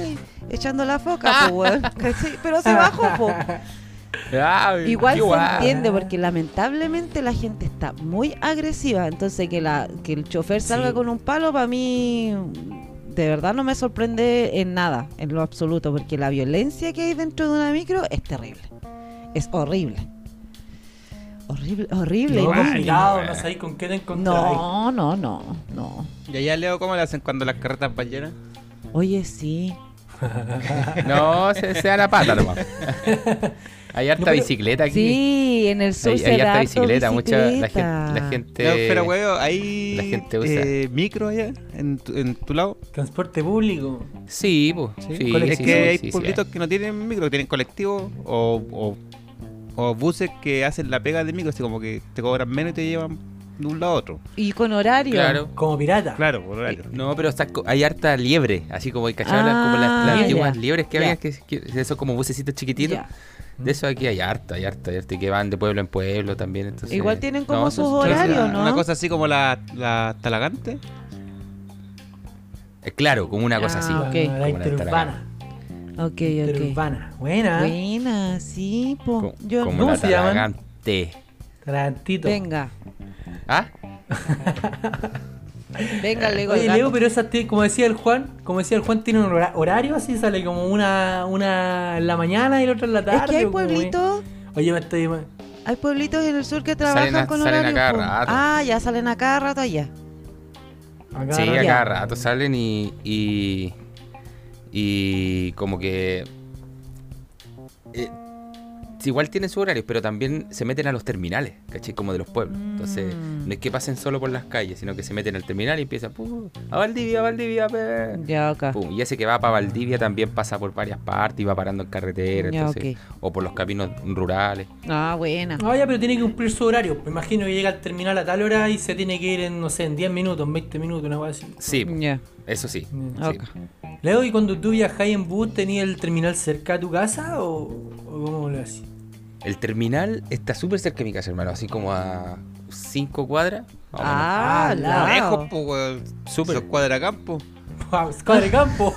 ay", echando la foca po, weón, ¿cachai? pero se bajó po. Ah, igual qué se guay. entiende porque lamentablemente la gente está muy agresiva entonces que la que el chofer salga Sí. con un palo para mí de verdad no me sorprende en nada en lo absoluto porque la violencia que hay dentro de una micro es terrible es horrible horrible horrible no, muy- complicado, no, no sabéis con qué te encontráis. no no no no Y allá Leo, ¿cómo le hacen cuando las carretas van llenas? oye sí No, se, se da la pata nomás. Hay harta No, pero- bicicleta aquí. Sí, en el sur hay, se hay da harta harto bicicleta, mucha la gente, bicicleta. la gente No, pero, weón, hay la gente usa. eh, micro allá, en tu, en tu lado. Transporte público. Sí, pues, sí, sí, es sí, que hay sí, sí, pueblitos que no tienen micro, que tienen colectivos o, o- o buses que hacen la pega de micro, así como que te cobran menos y te llevan de un lado a otro. Y con horario. Claro. Como pirata. Claro, por horario. No, pero está co- hay harta liebre, así como hay cachar como Ah, las, las ya. antiguas liebres que Ya. había, que, que esos como bucecitos chiquititos. Ya. De eso aquí hay harta, hay harta, hay harta, y que van de pueblo en pueblo también. Entonces, Igual tienen como sus entonces- horarios, Entonces, ¿no? Una cosa así como la, la talagante. Eh, Claro, como una cosa Ah, así. Ah, ok. La interurbana. Ok, ok. Interurbana. Buena. ¿eh? Buena, sí, po. Co- Yo como ¿cómo la se llaman? talagante. Trantito. Venga. ¿Ah? Venga, Lego. Oye, gato. Leo, pero esa tie- como decía el Juan, como decía el Juan, tiene un hora- horario así, sale como una, una en la mañana y la otra en la tarde. es que hay o como es. pueblitos, Oye, me estoy. hay pueblitos en el sur que trabajan Salen a- con salen a horario. cada po. rato. Ah, ya salen a cada rato allá. acá, sí, ¿no? a ya. cada rato salen y, y, y como que... eh, igual tienen su horario, pero también se meten a los terminales, ¿cachai? Como de los pueblos. Entonces, Mm. no es que pasen solo por las calles, sino que se meten al terminal y empiezan... "Pu, A Valdivia, a Valdivia, pe". Ya, acá. Pum, Y ese que va para Valdivia también pasa por varias partes y va parando en carretera, Ya, entonces, o por los caminos rurales. Ah, buena. Ah, ya, pero tiene que cumplir su horario. Me imagino que llega al terminal a tal hora y se tiene que ir en, no sé, en 10 minutos, en 20 minutos, una cosa así. Sí, po, Ya. eso sí. Mm. Sí. ok. Leo, ¿y cuando tú viajáis en bus, tenías el terminal cerca de tu casa o, o cómo lo hacías? El terminal está súper cerca de mi casa, hermano, así como a 5 cuadras. más o menos. Ah, Ah, la. Lejos, pues, weón. Súper. Esos cuadracampos. Wow, de campo.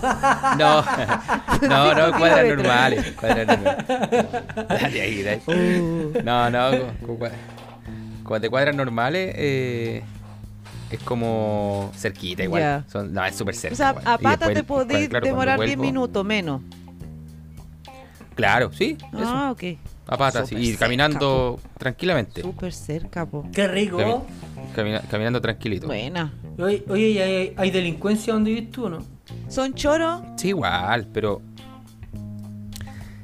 No, no, no, Cinco cuadras kilómetros. normales. Cuadras normales. Dale ahí, dale. Uh. No, no, como, de cuadras normales eh, es como cerquita igual. Ya. Son- no, es súper cerca. O sea, igual. a Y pata después, te podís cu- claro, cuando demorar 10 vuelvo- minutos menos. Claro, sí, eso, Ah, ok. a pata, sí, súper y cerca, caminando tranquilamente. Súper cerca, po. Qué rico. Cami- camina- caminando tranquilito. Buena. Oye, oye, ¿y hay, hay delincuencia donde vives tú, no? ¿Son choros? Sí, igual, pero.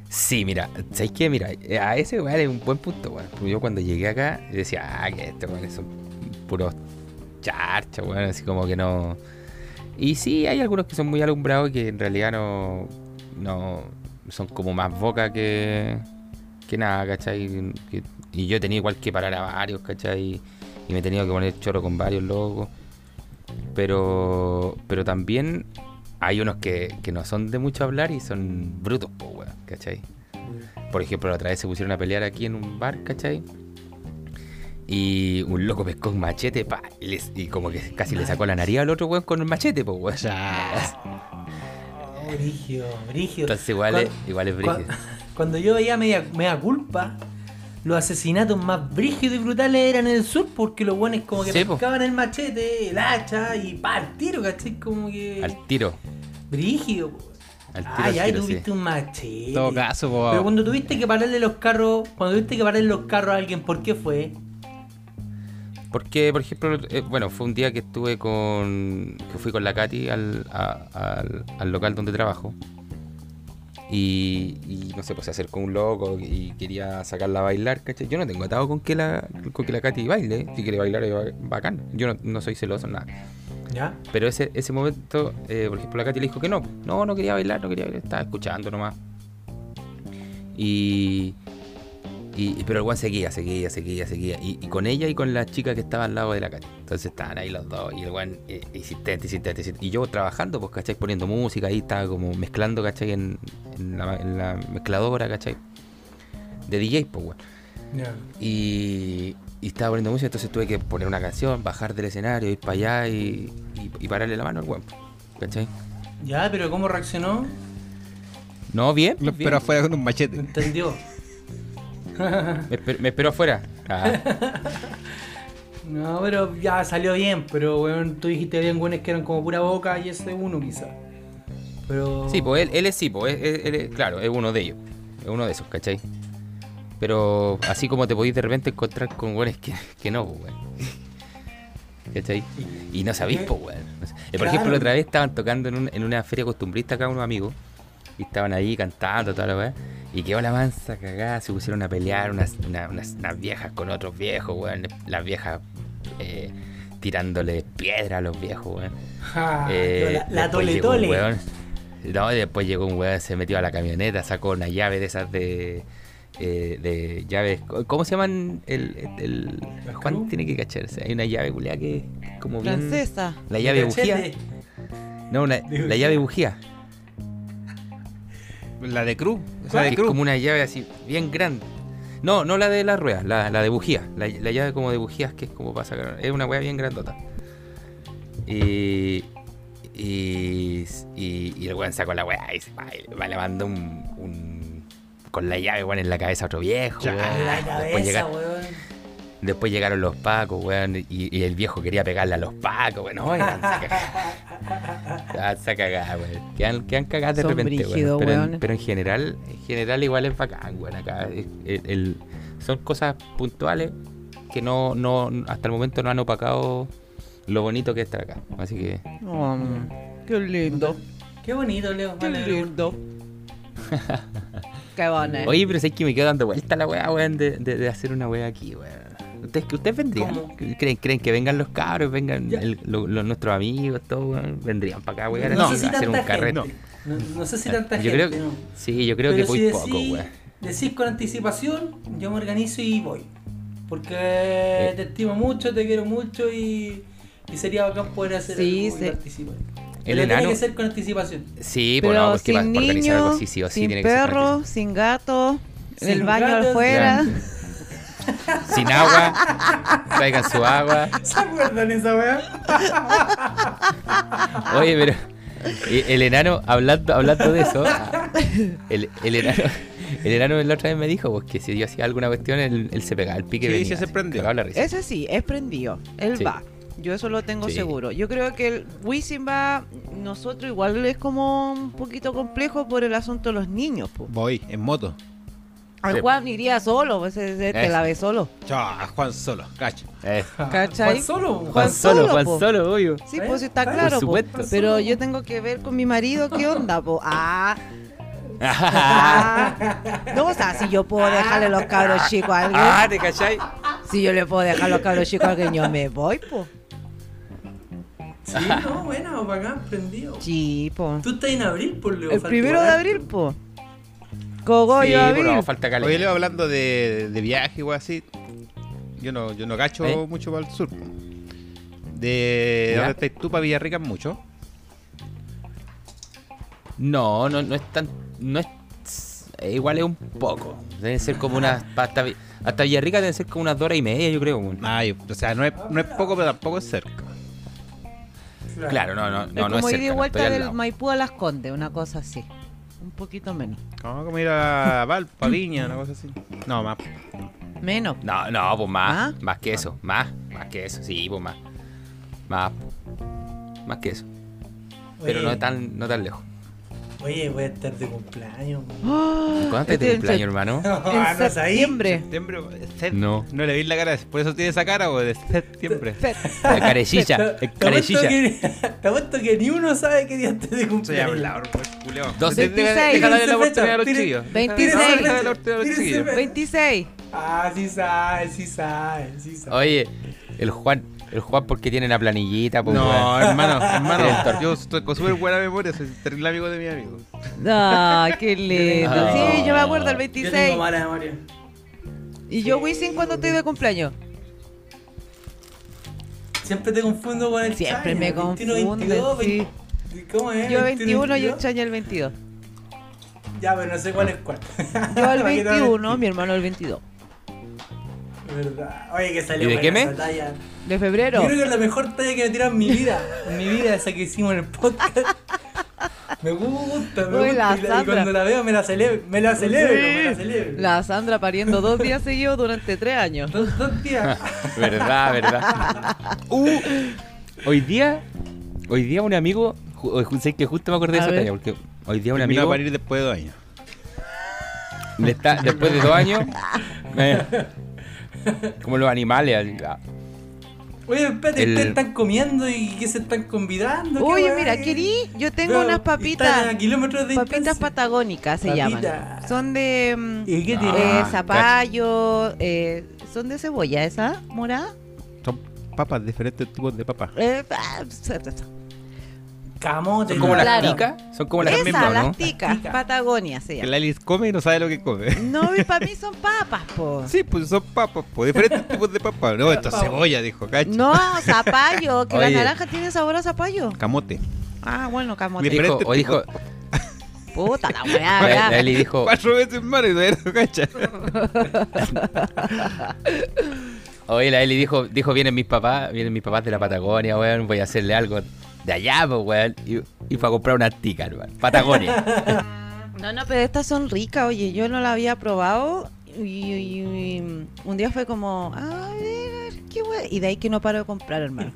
Sí, mira, ¿sabes qué? Mira, a ese weón es un buen punto, weón. Porque Yo cuando llegué acá decía, ah, que estos weones son puros charchas, weón, así como que no. Y sí, hay algunos que son muy alumbrados y que en realidad no. no son como más boca que. que nada, ¿cachai? Que- y yo he tenido igual que parar a varios, ¿cachai? Y me he tenido que poner choro con varios locos. Pero. pero también hay unos que, que no son de mucho hablar y son brutos, po, weón, ¿cachai? Por ejemplo, la otra vez se pusieron a pelear aquí en un bar, ¿cachai? Y un loco pescó un machete pa, y, les- y como que casi le sacó la nariz al otro weón con un machete, po, weón. Oh, brígido, brígido. Entonces igual es, igual es Cuan- brígido. Cuando yo veía media, media culpa, los asesinatos más brígidos y brutales eran en el sur, porque los buenos como que Sí, po. pescaban el machete, el hacha y pa, al tiro, ¿cachai? Como que. Al tiro. Brígido, po. Al tiro, Ay, al ay, tiro, tuviste sí. un machete. Todo caso, po. Pero cuando tuviste que pararle los carros, cuando tuviste que pararle los carros a alguien, ¿por qué fue? Porque, por ejemplo, eh, bueno, fue un día que estuve con. que fui con la Katy al, a- al, al local donde trabajo. Y, y, no sé, pues se acercó un loco y quería sacarla a bailar, ¿cachai? Yo no tengo atado con que la, con que la Katy baile. Si quiere bailar, eh, bacán. Yo no, no soy celoso, nada. ¿Ya? Pero ese, ese momento, eh, por ejemplo, la Katy le dijo que no. pues, No, no quería bailar, no quería bailar. Estaba escuchando nomás. Y... y- pero el Juan seguía, seguía, seguía, seguía. Y, y con ella y con la chica que estaba al lado de la Katy. Entonces estaban ahí los dos. Y el Juan eh, insistente, insistente, insistente. Y yo trabajando, pues, ¿cachai? Poniendo música ahí. Estaba como mezclando, ¿cachai? En, en la, en la mezcladora, ¿cachai? De DJ, pues, weón. Ya. Y, y estaba poniendo música, entonces tuve que poner una canción, bajar del escenario, ir para allá y, y- y pararle la mano al weón. ¿Cachai? Ya, pero ¿cómo reaccionó? No, bien. Lo bien. espero afuera con un machete. Entendió. Me, esper- me esperó afuera. Ah, No, pero ya salió bien, pero weón, tú dijiste bien buenos que eran como pura boca y ese uno quizás. Pero. sí, pues él, él es sí, pues él, él- él es- claro, es uno de ellos. Es uno de esos, ¿cachai? Pero así como te podís de repente encontrar con weones que, que no, pues, weón. ¿Cachai? Y no sabéis, pues, weón. No sé. Eh, Por Claro. ejemplo, la otra vez estaban tocando en, un- en una feria costumbrista acá unos amigos. Y estaban ahí cantando, toda la weá. Y quedó la mansa cagada, se pusieron a pelear unas, una- unas, unas viejas con otros viejos, weón. Las viejas eh, tirándole piedra a los viejos, weón. Ja, Eh, Ah, la, la después tole llegó un tole. weón- no, y después llegó un weón, se metió a la camioneta, sacó una llave de esas de. eh, de llaves. ¿Cómo se llaman? El. el ¿Las Juan cómo? tiene que cacharse. Hay una llave culiá que es como bien- Francesa. La llave bujía. Cachete. No, una- De la bujía. llave bujía. La de Cruz. Esa Que de es Cruz. como una llave así, bien grande. No, no la de las ruedas, la, la de bujía. La, la llave como de bujías que es como para sacar. Es una weá bien grandota. Y. Y. Y, y el weón sacó la weá y se va, y va lavando un, un- Con la llave, weón, en la cabeza a otro viejo. Ya, weón. En la Ah, Después, llega- cabeza, weón. después llegaron los pacos, weón. Y, y el viejo quería pegarle a los pacos, weón. No, eran Está cagada, weón. Quedan, quedan cagadas de Son repente, weón. brígidos, Pero, en- weón. pero en general, en general igual es bacán, weón. Acá es- el- el- son cosas puntuales que no, no, hasta el momento no han opacado lo bonito que está acá. Así que Oh, qué lindo. Qué bonito, Leo. Qué Vale, lindo. qué bonito. Oye, pero sé que me quedo dando vuelta la weá, weón, de, de- de hacer una weá aquí, weón. ¿Ustedes, que ustedes vendrían? ¿Cómo? ¿Creen, ¿Creen que vengan los cabros, vengan Ya. el- lo- lo- nuestros amigos, todo, weón? ¿Vendrían para acá, weón? No, así, sé si a hacer tanta un carrete. gente. No. no sé si tanta yo gente. creo, no. Sí, yo creo Pero que muy si decís, poco, weón. decís con anticipación, yo me organizo y voy. Porque Eh. te estimo mucho, te quiero mucho y, y sería bacán poder hacer Sí, algo y sí. participar. Pero enano- tiene que ser con anticipación. Sí, pues no, Pero porque para sin para organizar algo niños, así, sí o sí, sin tiene que ser con perro, sin gato, en Sin el baño gatos, afuera. anticipación. Sin agua, traigan su agua. ¿Se acuerdan esa weá? Ah. Oye, pero eh, el enano, hablando, hablando de eso, el, el enano, el enano la otra vez me dijo pues, que si yo hacía alguna cuestión, él, él se pegaba el pique. y Sí, venía, sí, se así, prendió. cagado la risa. Ese sí, es prendido. Él Sí. va. Yo eso lo tengo Sí. seguro. Yo creo que el Wisin va, nosotros igual es como un poquito complejo por el asunto de los niños. Po. Voy, en moto. Al Sí. Juan iría solo, pues, se- se- te Eso. la ve solo. Chao, Juan solo, cacho. Eh, ¿Cachai? Juan solo, Juan, Juan solo, solo, Juan po. solo, obvio. Sí, ¿Eh? pues está Por claro. po. supuesto. Pero yo tengo que ver con mi marido qué onda, po. Ah, ah, ah. No, o sea, si yo puedo dejarle los cabros chicos a alguien. ah, ¿te cachai? Si yo le puedo dejar los cabros chicos a alguien, yo me voy, po. Sí, no, bueno, bacán, prendido. Sí, po. Tú estás en abril, por eh? Leo. El falta primero de igual. abril, po. Cogollo sí, abril. bueno, falta caleta. Oye, Leo, hablando de, de viaje o así, yo no, yo no cacho ¿Eh? mucho para el sur. De ¿Ya? ahora estáis tú para Villarrica mucho. No, no, no es tan. No es. eh, igual es un poco. Deben ser como unas. pa- Hasta, Vi- hasta Villarrica deben ser como unas dos horas y media, yo creo. weón. Ay, o sea, no es, no es poco, pero tampoco es cerca. Claro, no, no, no, es no como es ir de cerca, no, vuelta estoy al del lado. Maipú a Las Condes, una cosa así. Un poquito menos. Vamos como ir a Valpo, a Viña, una cosa así. No, más. Menos. No, no, pues más. ¿Ah? Más que eso. Más. Más que eso. Sí, pues más. Más. Más que eso. Pero Oye, no tan, no tan lejos. Oye, voy a estar de cumpleaños. ¿Cuándo te Este tu en cumpleaños, sep- hermano? Ah, no En es ahí. septiembre. Septiembre, sep- No. No le vi la cara, por eso tiene esa cara, o de septiembre. La carechilla. Te- La te apuesto carechilla. que- te apuesto que ni uno sabe qué día estás de Soy cumpleaños. hablador, pues, culeo. 12. Déjala darle la oportunidad a los Tírense chillos. fecha, tírense Déjala fecha, darle la oportunidad a los tírense chillos. fecha. 26. Ah, sí sabe, sí sabe, sí sabe. Oye, el Juan. El Juan porque tiene la planillita, pues. weón. No, hermano, Director. hermano, yo estoy con súper buena memoria, soy terrible amigo de mi amigo. Ah, qué lindo. Ah. Sí, yo me acuerdo el Yo 26. tengo mala memoria. Y yo, Wisin, cuando estoy de cumpleaños. Siempre te confundo con el Siempre Chaña, me 21, confunden, 22, sí. 20 ¿Cómo es? Yo 21 y el 22. Chaña el 22. Ya, pero no sé cuál es cuál. Yo el Para que no me- 21, mi hermano el 22. Verdad. Oye, que salió ¿Y de qué buena mes? esa talla. De febrero. Yo creo que es la mejor talla que me tiran en mi vida. En mi vida, esa que hicimos en el podcast. Me gusta, me Uy, gusta. la Y, la- y Sandra. cuando la veo, me la celebro. Me la celebro, me la Sí. celebro. La Sandra pariendo dos días seguidos durante tres años. Dos, dos días. Verdad, verdad. Uh, hoy día, hoy día un amigo, ju- hoy ju- sé que justo me acordé de A esa ver. talla, porque hoy día un Me vino a amigo parir después de dos años. le está, después de dos años, me- como los animales, así, ah, Oye, espérate, El- ¿ustedes están comiendo y qué se están convidando? ¿Qué Oye, weá? mira, querí, yo tengo Pero unas están papitas, a kilómetros de papitas distancia. patagónicas se llaman. Papita. Son de mm, ¿Y qué tiene? eh, Ah, zapallo, eh, son de cebolla esa, morada. Son papas, diferentes tipos de papas. Eh, ah, sa- sa- sa- Camote. Son como las Claro. ticas. Son como las Esa, mismas, ¿no? las ticas, Tica. Patagonia se Que llama. la Alice come y no sabe lo que come. No, y para mí son papas, po. Sí, pues son papas, pues diferentes tipos de papas. No, esto es cebolla, dijo Cacho. No, zapallo, que Oye. la naranja tiene sabor a zapallo. Camote. Ah, bueno, camote. Mira. Dijo, Diferentes o dijo, Puta la weá, la, la ya. Eli dijo, Cuatro veces más y todavía no cacha. oye, la Eli dijo, dijo, vienen mis papás, vienen mis papás de la Patagonia, weón, voy a hacerle algo de allá, pues, weón. Y, y fue a comprar una tica, hermano. Patagonia. No, no, pero estas son ricas, oye, yo no las había probado. Y, y- y un día fue como, a ver, qué weá. Y de ahí que no paro de comprar, hermano.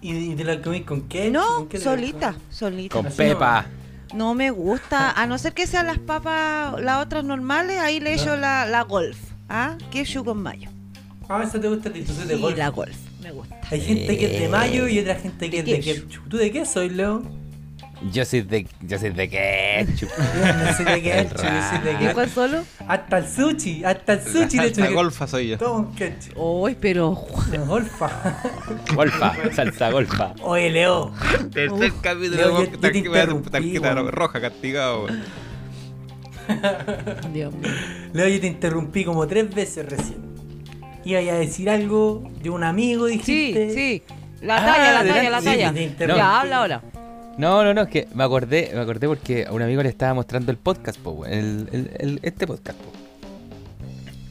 ¿Y, y te la comís con qué? No, ¿Con qué te la solita, solita. con pepa. No me gusta, a no ser que sean las papas, las otras normales, ahí le echo la, la golf. ¿Ah? Queso con mayo. comes? Ah, esa te gusta el entonces de Y golf. la golf, me gusta. Hay gente que es de mayo y otra gente que es de queso. ketchup. ¿Tú de qué soy, Leo? Yo soy de, yo soy de ketchup. No sé de El ketchup, yo soy de ¿Y ketchup. cuál solo? Hasta el sushi, hasta el sushi le echo La ketchup. golfa soy yo. Todo un ketchup. Uy, pero La golfa. golfa, salsa golfa. Oye, Leo. Tercer Leo, capítulo yo- yo te tarjeta- interrumpí, tarjeta weón. roja castigado. weón. Dios mío. Leo, yo te interrumpí como tres veces recién. Iba a decir algo de un amigo, Sí, dijiste. sí. La Ah, talla, la talla, adelante. la Sí, talla. te interrumpí. Ya, habla ahora. No, no, no, es que me acordé, me acordé porque a un amigo le estaba mostrando el podcast, po, weón, el, el- el- este podcast, po.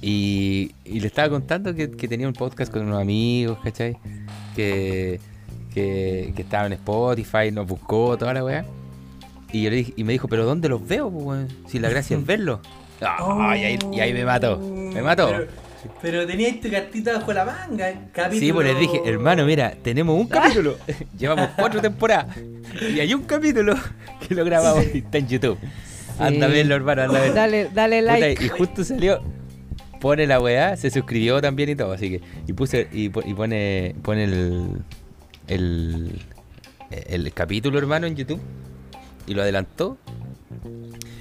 Y, y le estaba contando que, que tenía un podcast con unos amigos, ¿cachai? Que, que, que estaba en Spotify, nos buscó, toda la weá. Y yo le dije, y me dijo, pero ¿dónde los veo, po, weón? Si la gracia es verlos. Oh. Ah, y, ahí, y ahí me mató, me mató. Pero, pero tenías tu cartita bajo la manga, el capítulo. Sí, pues les dije, hermano, mira, tenemos un capítulo. Llevamos cuatro temporadas. Y hay un capítulo que lo grabamos y está en YouTube. Anda a verlo, hermano, anda a verlo. Dale, dale Puta, like. y justo salió. Pone la weá, se suscribió también y todo, así que. Y puse, y, po- y pone. Pone el. el. el capítulo, hermano, en YouTube. Y lo adelantó.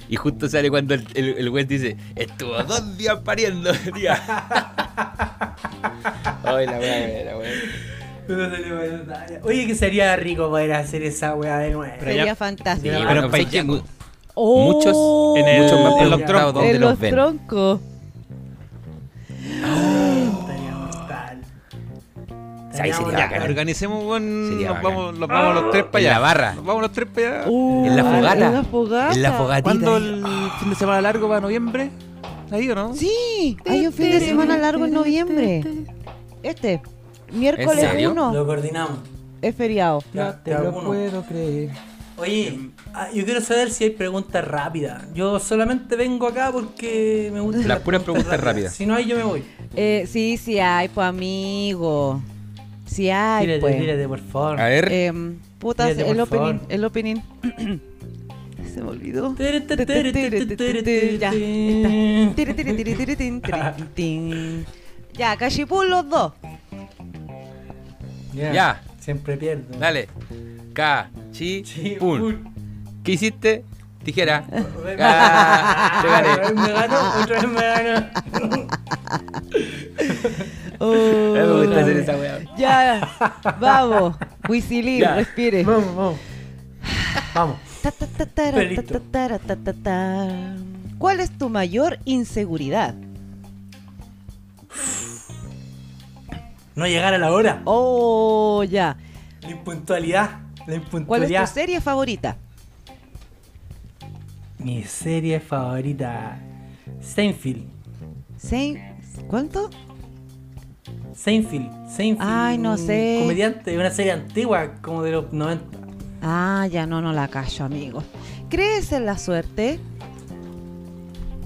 Y justo sale cuando el, el, el juez dice, estuvo dos días pariendo. Día. Ay, la weá, la weá. No se le va a dar nada. Oye, que sería rico poder hacer esa weá de nuevo. Pero Sería ya- fantástico. Sí, Sí, pero bueno, pues, en es que mu- Oh, muchos, en el- muchos me han en los preguntado troncos. dónde en los, los ven. troncos. Estaría mortal. O sea, ahí sería Estaría bacán. mortal. Organicemos un. Sería Nos bacán. vamos, nos vamos los tres para allá. En la barra. Nos vamos los tres para allá. Uh, En la fogata. En la fogata. En la fogatita. ¿Cuándo ahí. el fin de semana largo para noviembre? Ahí o no? Sí, hay un fin de semana largo en noviembre. Este, miércoles ¿En serio? 1 Lo coordinamos. es feriado. Ya, te hago uno. creer. Oye, ah, yo quiero saber si hay preguntas rápidas. Yo solamente vengo acá porque me gustan Las puras preguntas rápidas. Si no hay, yo me voy. Eh, sí, sí hay, pues amigo. Sí hay, tírate, pues. tírate, por favor. A ver. Em, putas, Tírate, por el opening, favor. el opening. Se me olvidó. Tere, tere, tere, tere, tere, tere. Ya, está. Tiri, tiri, tiri, tiri, tin, tiri, tin. Ya, cachipún los dos. Ya. Siempre pierdo. Dale. K, chi, Sí, un. un. ¿Qué hiciste? Tijera. Ah, te gané. Otra vez me ganó, otra vez me ganó. Oh, Me gusta hacer esa weá. ya, vamos. Huisilín, Ya. respire. Vamos, vamos. Vamos. Ta, ta, ta, tara, Pero ta, listo. ta, tara, ta, ta, ta. ¿Cuál es tu mayor inseguridad? No llegar a la hora. Oh, ya. La impuntualidad. La ¿Cuál es tu impuntualidad. serie favorita? Mi serie favorita. Seinfeld. Sein- ¿Cuánto? Seinfeld. Seinfeld. Ay, no un sé. Comediante. Una serie antigua, como de los 90. Ah, ya no, no la callo, amigo. ¿Crees en la suerte?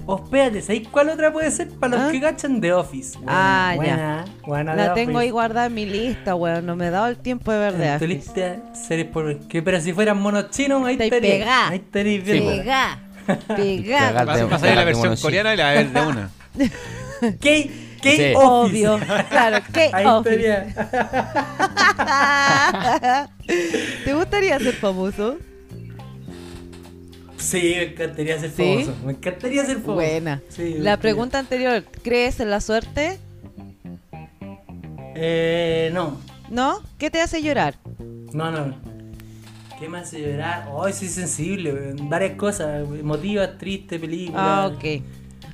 Oh, espérate, ¿sabéis cuál otra puede ser? Para los ¿Ah? que cachan The Office. Ah, buena, Buena, la The tengo ahí Office. guardada en mi lista, weón. No me he dado el tiempo de ver de En tu Office. lista, series por... que, pero si fueran monos chinos, ahí Estáis estaría. pegá. Ahí estaría bien. Pegá, pegá. Cagá. Vas vas a ir la versión coreana y la de una. ¿Qué? Qué Sí. office. Obvio, claro, qué Ahí obvio. está bien. ¿Te gustaría ser famoso? Sí, me encantaría ser ¿Sí? famoso. Me encantaría ser famoso. Buena. Sí, me La encantaría. pregunta anterior, ¿crees en la suerte? Eh, no. ¿No? ¿Qué te hace llorar? No, no. no. ¿Qué me hace llorar? Hoy soy sensible, weón. varias cosas, emotivas, tristes, películas. Ah, ok.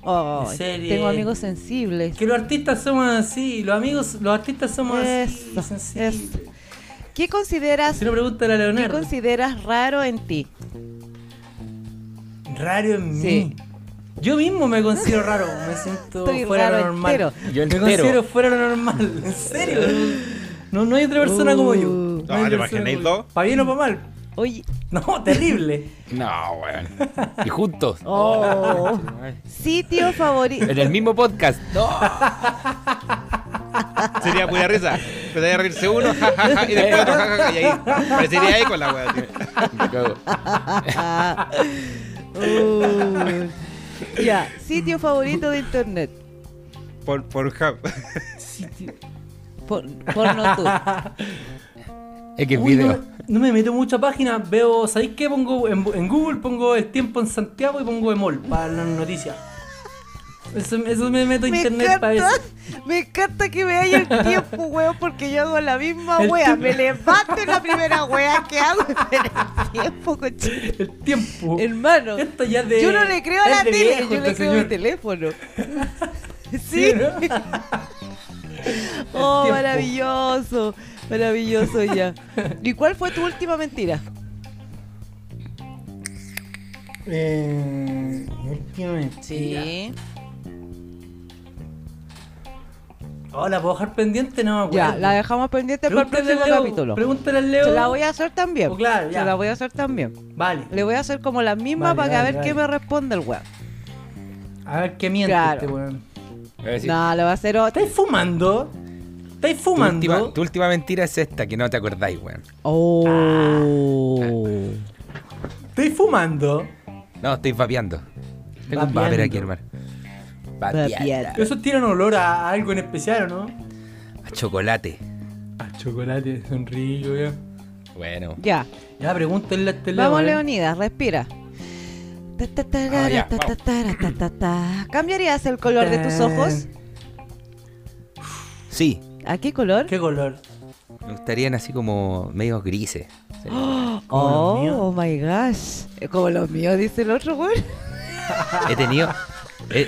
Oh, En serie. tengo amigos sensibles. Que los artistas somos así, los amigos, los artistas somos Eso, así, sensibles. eso. ¿Qué consideras, Si no pregunta a ¿qué Leonardo, consideras raro en ti? raro en mí. Sí. Yo mismo me considero raro, me siento Estoy fuera de lo raro normal. entero. Yo me entero. considero fuera de lo normal, en serio. No, no hay otra persona como yo. Uh. Ah, ¿te imagináis dos? Para bien o para mal. Oye, No, terrible. No, weón. Y juntos. oh. sitio favorito. En el mismo podcast. No. Sería pura risa. Empezaría a reírse uno, jajaja, y después otro, jajaja, y ahí. Parecería ahí con la wea, tío. Me cago. Ah. Uh. Ya, sitio favorito de internet. Por, por hub. Por, porno tú. X Uy, video. No, no me meto mucho a páginas, veo, ¿sabéis qué? Pongo en, en Google, pongo el tiempo en Santiago y pongo emol para las noticias. Eso, eso me meto a Me internet para eso. encanta, me encanta que me haya el tiempo, weón, porque yo hago la misma El wea. tiempo. Me levanto y la primera wea que hago es el tiempo, coche. El tiempo. Hermano, Esto ya es de- yo no le creo a es la de tele, viejo yo le este creo a mi señor. teléfono. Sí, ¿Sí? ¿no? Oh, tiempo. maravilloso, maravilloso ya. ¿Y cuál fue tu última mentira? Eh, últimamente. Sí. Oh, ¿la puedo dejar pendiente? No me acuerdo. Ya, la dejamos pendiente para el Pregúntale próximo al Leo, capítulo. Pregúntale al Leo. Se la voy a hacer también. Oh, claro, ya. Se la voy a hacer también. Vale. Le voy a hacer como la misma Vale, para que a vale, ver qué me vale. responde el weón. A ver qué miente Claro. este weón. Voy a decir, No, le va a hacer otra. ¿Estáis fumando? ¿Estáis tu, última, fumando? tu última mentira es esta, que no te acordáis, weón. Oh. ¿Estáis fumando? No, estoy vapeando. Tengo un Vapeando. vapor aquí, hermano. Vapeando. Ah, Vapeando. Eso tiene un olor a, a algo en especial, ¿o ¿no? A chocolate. A Ah, chocolate, son ricos, weón. Bueno. Ya. Ya, pregúntenle a este Leo. Vamos, a ver. Leonidas, respira. Ta, ta, tarara, Ah, ya, ta, ta, vamos. tara, ta, ta, ta. ¿Cambiarías el color de tus Tan. ojos? Sí. ¿A qué color? ¿Qué color? Me gustarían así como medios grises. Sí. como los Oh, míos. oh my gosh. Eh, Como los míos, dice el otro, güey. He tenido. He,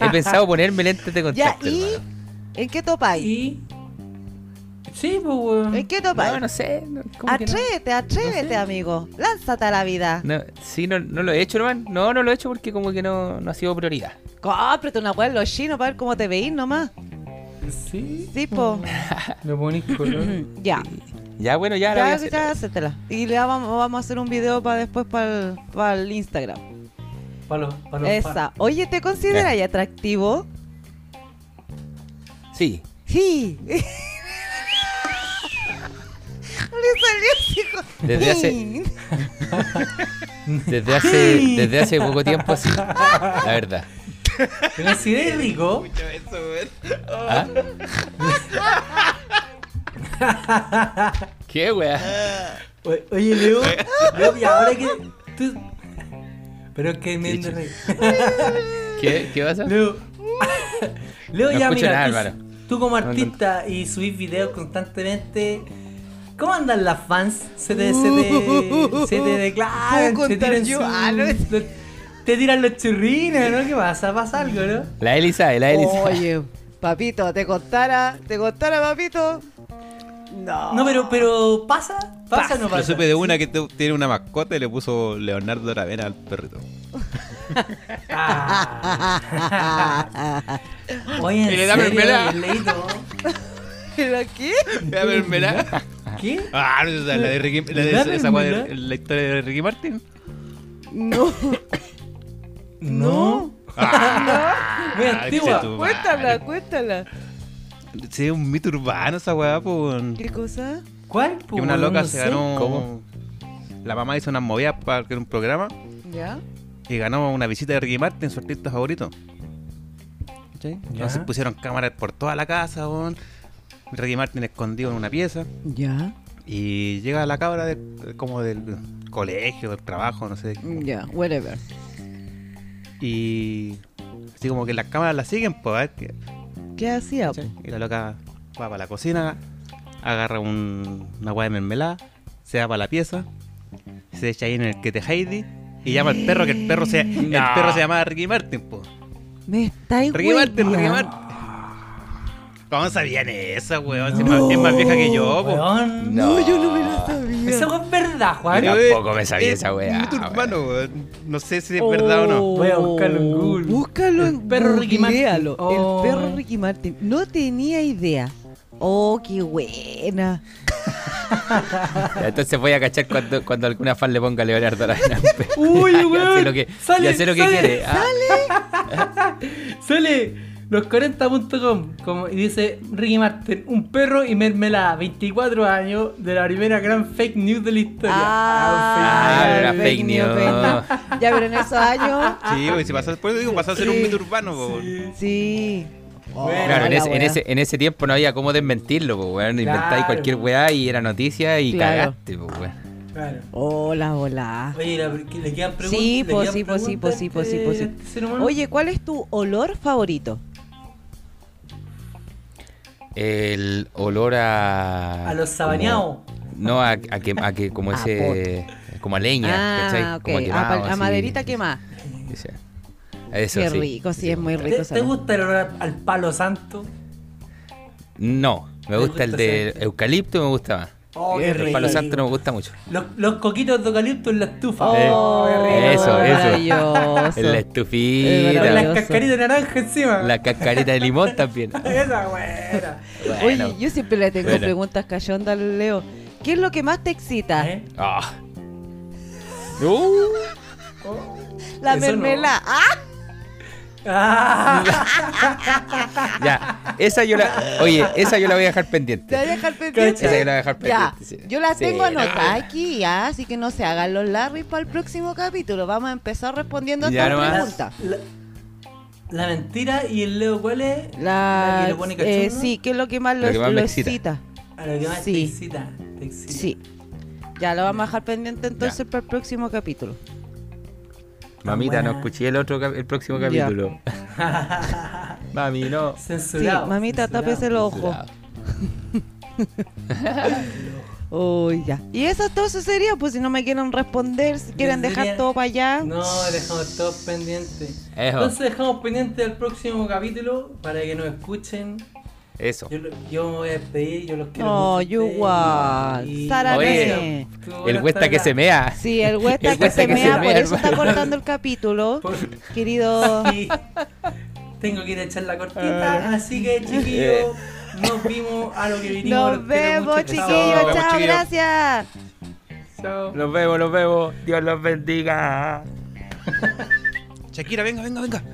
he pensado ponerme lentes de Ya, contacto. ¿y hermano. en qué topáis? Y. Sí, pues, weón. ¿En qué topáis? No, no sé. No, ¿cómo que no? atrévete, atrévete, amigo. Lánzate a la vida. No, sí, no, no lo he hecho, hermano. No, no lo he hecho porque como que no, no ha sido prioridad. Cómprate una weá en los chinos para ver cómo te veís nomás. Sí. Sí, po. Le ponís color. Mm, ya. Ya, bueno, ya, la voy a Ya, hacer. ya, hacétela. Y le vamos, vamos a hacer un video para después para el, Instagram. Palo, palo. Esa. Oye, ¿te consideras atractivo? Sí. Sí. le salió así. con- Desde hace- Desde hace, desde hace poco tiempo, sí. La verdad. ¿Te consideras rico? ¿Ah? ¿Qué, weá? O- Oye, Leo, Leo, y ahora que tú... Pero es que me Sí, rey. ¿Qué, ¿Qué pasa? Leo, Leo, No ya escucho mira, nada, tú- Álvaro. tú, como no. artista y subís videos constantemente, ¿cómo andan las fans? Se te, se te, se te declaran, ¿Puedo te contar tiran yo? su- Ah, no. lo- te tiran los churrines, ¿no? ¿Qué pasa? ¿Pasa algo, no? La Elisa, la Elisa. Oye, papito, te contara, te contara, papito. No. No, pero, pero ¿pasa? ¿Pasa, o no Yo pasa? supe de una que tu- tiene una mascota y le puso Leonardo Ravena al perrito. Ah, oye, ¿en Y le da serio, mermelada. Leito? ¿Pero qué? ¿La mermelada? ¿Qué? Ah, no, o sea, la de Ricky, la ¿La de, esa wea de- mermelada? la historia de Ricky Martin. No. No. Muy Ah, antigua. dice tú, cuéntala, vale. cuéntala. Sí, un mito urbano esa weá, pues. ¿Qué cosa? ¿Cuál? Que una loca se ganó. ¿Cómo? La mamá hizo unas movidas para que era un programa ¿Ya? y ganó una visita de Ricky Martin, su artista favorito. ¿cachai? Ya. Entonces pusieron cámaras por toda la casa, weón. Ricky Martin escondido en una pieza. Ya, Y llega la cabra del- como del colegio, del trabajo, no sé. ya, whatever. Y así como que las cámaras la siguen, pues, a ver qué- ¿Qué hacía? po? Y la loca va para la cocina, agarra un, una agua de mermelada, se va para la pieza, se echa ahí en el que te Heidi y llama al perro, que el perro se, el No. perro se llama Ricky Martin, po. Me estáis Ricky Martin, Ricky hueviando. Martin. ¿Cómo sabían esa, weón? Si es, más, es más vieja que yo, po. weón. No, yo no me Esa weón es verdad, Juan. Yo Eh, tampoco me sabía eh, esa weá, mi turno, weón. hermano, weón. No sé si es verdad o no. Voy a buscarlo en Google. Oh. Búscalo en perro Ricky Martin. googlealo. Oh. El perro Ricky Martin. No tenía idea. Oh, qué buena. Entonces voy a cachar cuando, cuando alguna fan le ponga Leonardo la Vinampe. Uy, Ya sé weón. lo que, Sale, ya sé lo que sale, quiere. Ah, Sale los40.com como, y dice Ricky Martin, un perro y mermelada, 24 años de la primera gran fake news de la historia. Ah, Ah, era el fake news. fake news. Ya, pero en esos años. Sí, weón, si pasó, por eso digo, pasó a ser un mito urbano, po, weón. Sí. Bueno, claro, en la ese, en, weá. ese, en ese tiempo no había cómo desmentirlo, pues, weón. Inventáis Claro. cualquier weá y era noticia y Claro. cagaste, pues, weón. fake news. Claro. Hola, hola. Oye, la- que le quedan preguntas. Sí, le pues quedan sí, pues sí, pues sí, pues sí, preguntas a pues sí. este ser humano. Oye, ¿cuál es tu olor favorito? El olor a. A los sabaneados. como- No, a, a que, a que como A ese. Como a leña, ah, ¿cachai? ok. Como a, quemado, pal- a así. maderita quemada. Sí. Eso Qué sí. rico, sí, es muy ¿Te, rico. te esa weá. gusta el olor al- al palo santo? No, ¿Te me gusta el gusta de ese? eucalipto, me gusta más. Oh, Qué El rico. palo santo no me gusta mucho. Los, los coquitos de eucalipto en la estufa. Eh, Oh, qué rico. eso, eso. maravilloso. En la Es Con estufita, maravilloso. las cascaritas de naranja encima. la cascarita de limón también. Esa buena. Bueno. Oye, yo siempre le tengo Bueno. preguntas cachondas al Leo. ¿Qué es lo que más te excita? ¿Eh? Ah. Uh. La Eso no. mermelada. ¡Ah! Ah, Ya, esa yo la. Oye, esa yo la voy a dejar pendiente. Te voy a dejar pendiente. Esa yo la voy a dejar Ya, pendiente, sí. yo la Sí, tengo no. anotada aquí, ya, así que no se hagan los Larry para el próximo capítulo. Vamos a empezar respondiendo a Ya estas nomás. preguntas. la, la mentira y el Leo, ¿cuál es? La, que le pone eh, cachondo? sí, ¿qué es lo que más lo, Lo que más me lo excita. excita? A lo que más Sí. te excita. te excita. Sí. Ya lo vamos a dejar pendiente entonces para el próximo capítulo. Mamita, no Buena. escuché el otro cap- el próximo Ya. capítulo. Mami, no. Censurado. sí, mamita, censurado. tápese el ojo. Uy, ya. Y eso entonces sería, pues si no me quieren responder, si quieren Yo dejar diría- todo para allá. No, dejamos todo pendiente. Eso. Entonces dejamos pendiente el próximo capítulo para que nos escuchen. Eso. Yo, lo- yo me voy a despedir, yo los quiero. No, mucho a yo ustedes. igual. Y- Sara, Oye, nene. Estuvo El buena huesta esta que hora. se mea. Sí, el huesta El que huesta se que se mea, por mea, eso está hermano. cortando el capítulo. Por- Querido. Sí. Tengo que ir a echar la cortita, Ah. así que chiquillos, nos vimos a lo que vinimos. Nos los quiero vemos, mucho, chiquillos. chao. Nos vemos, Chao, chiquillos. gracias. Chao. Nos vemos, nos vemos. Dios los bendiga. Shakira, venga, venga, venga.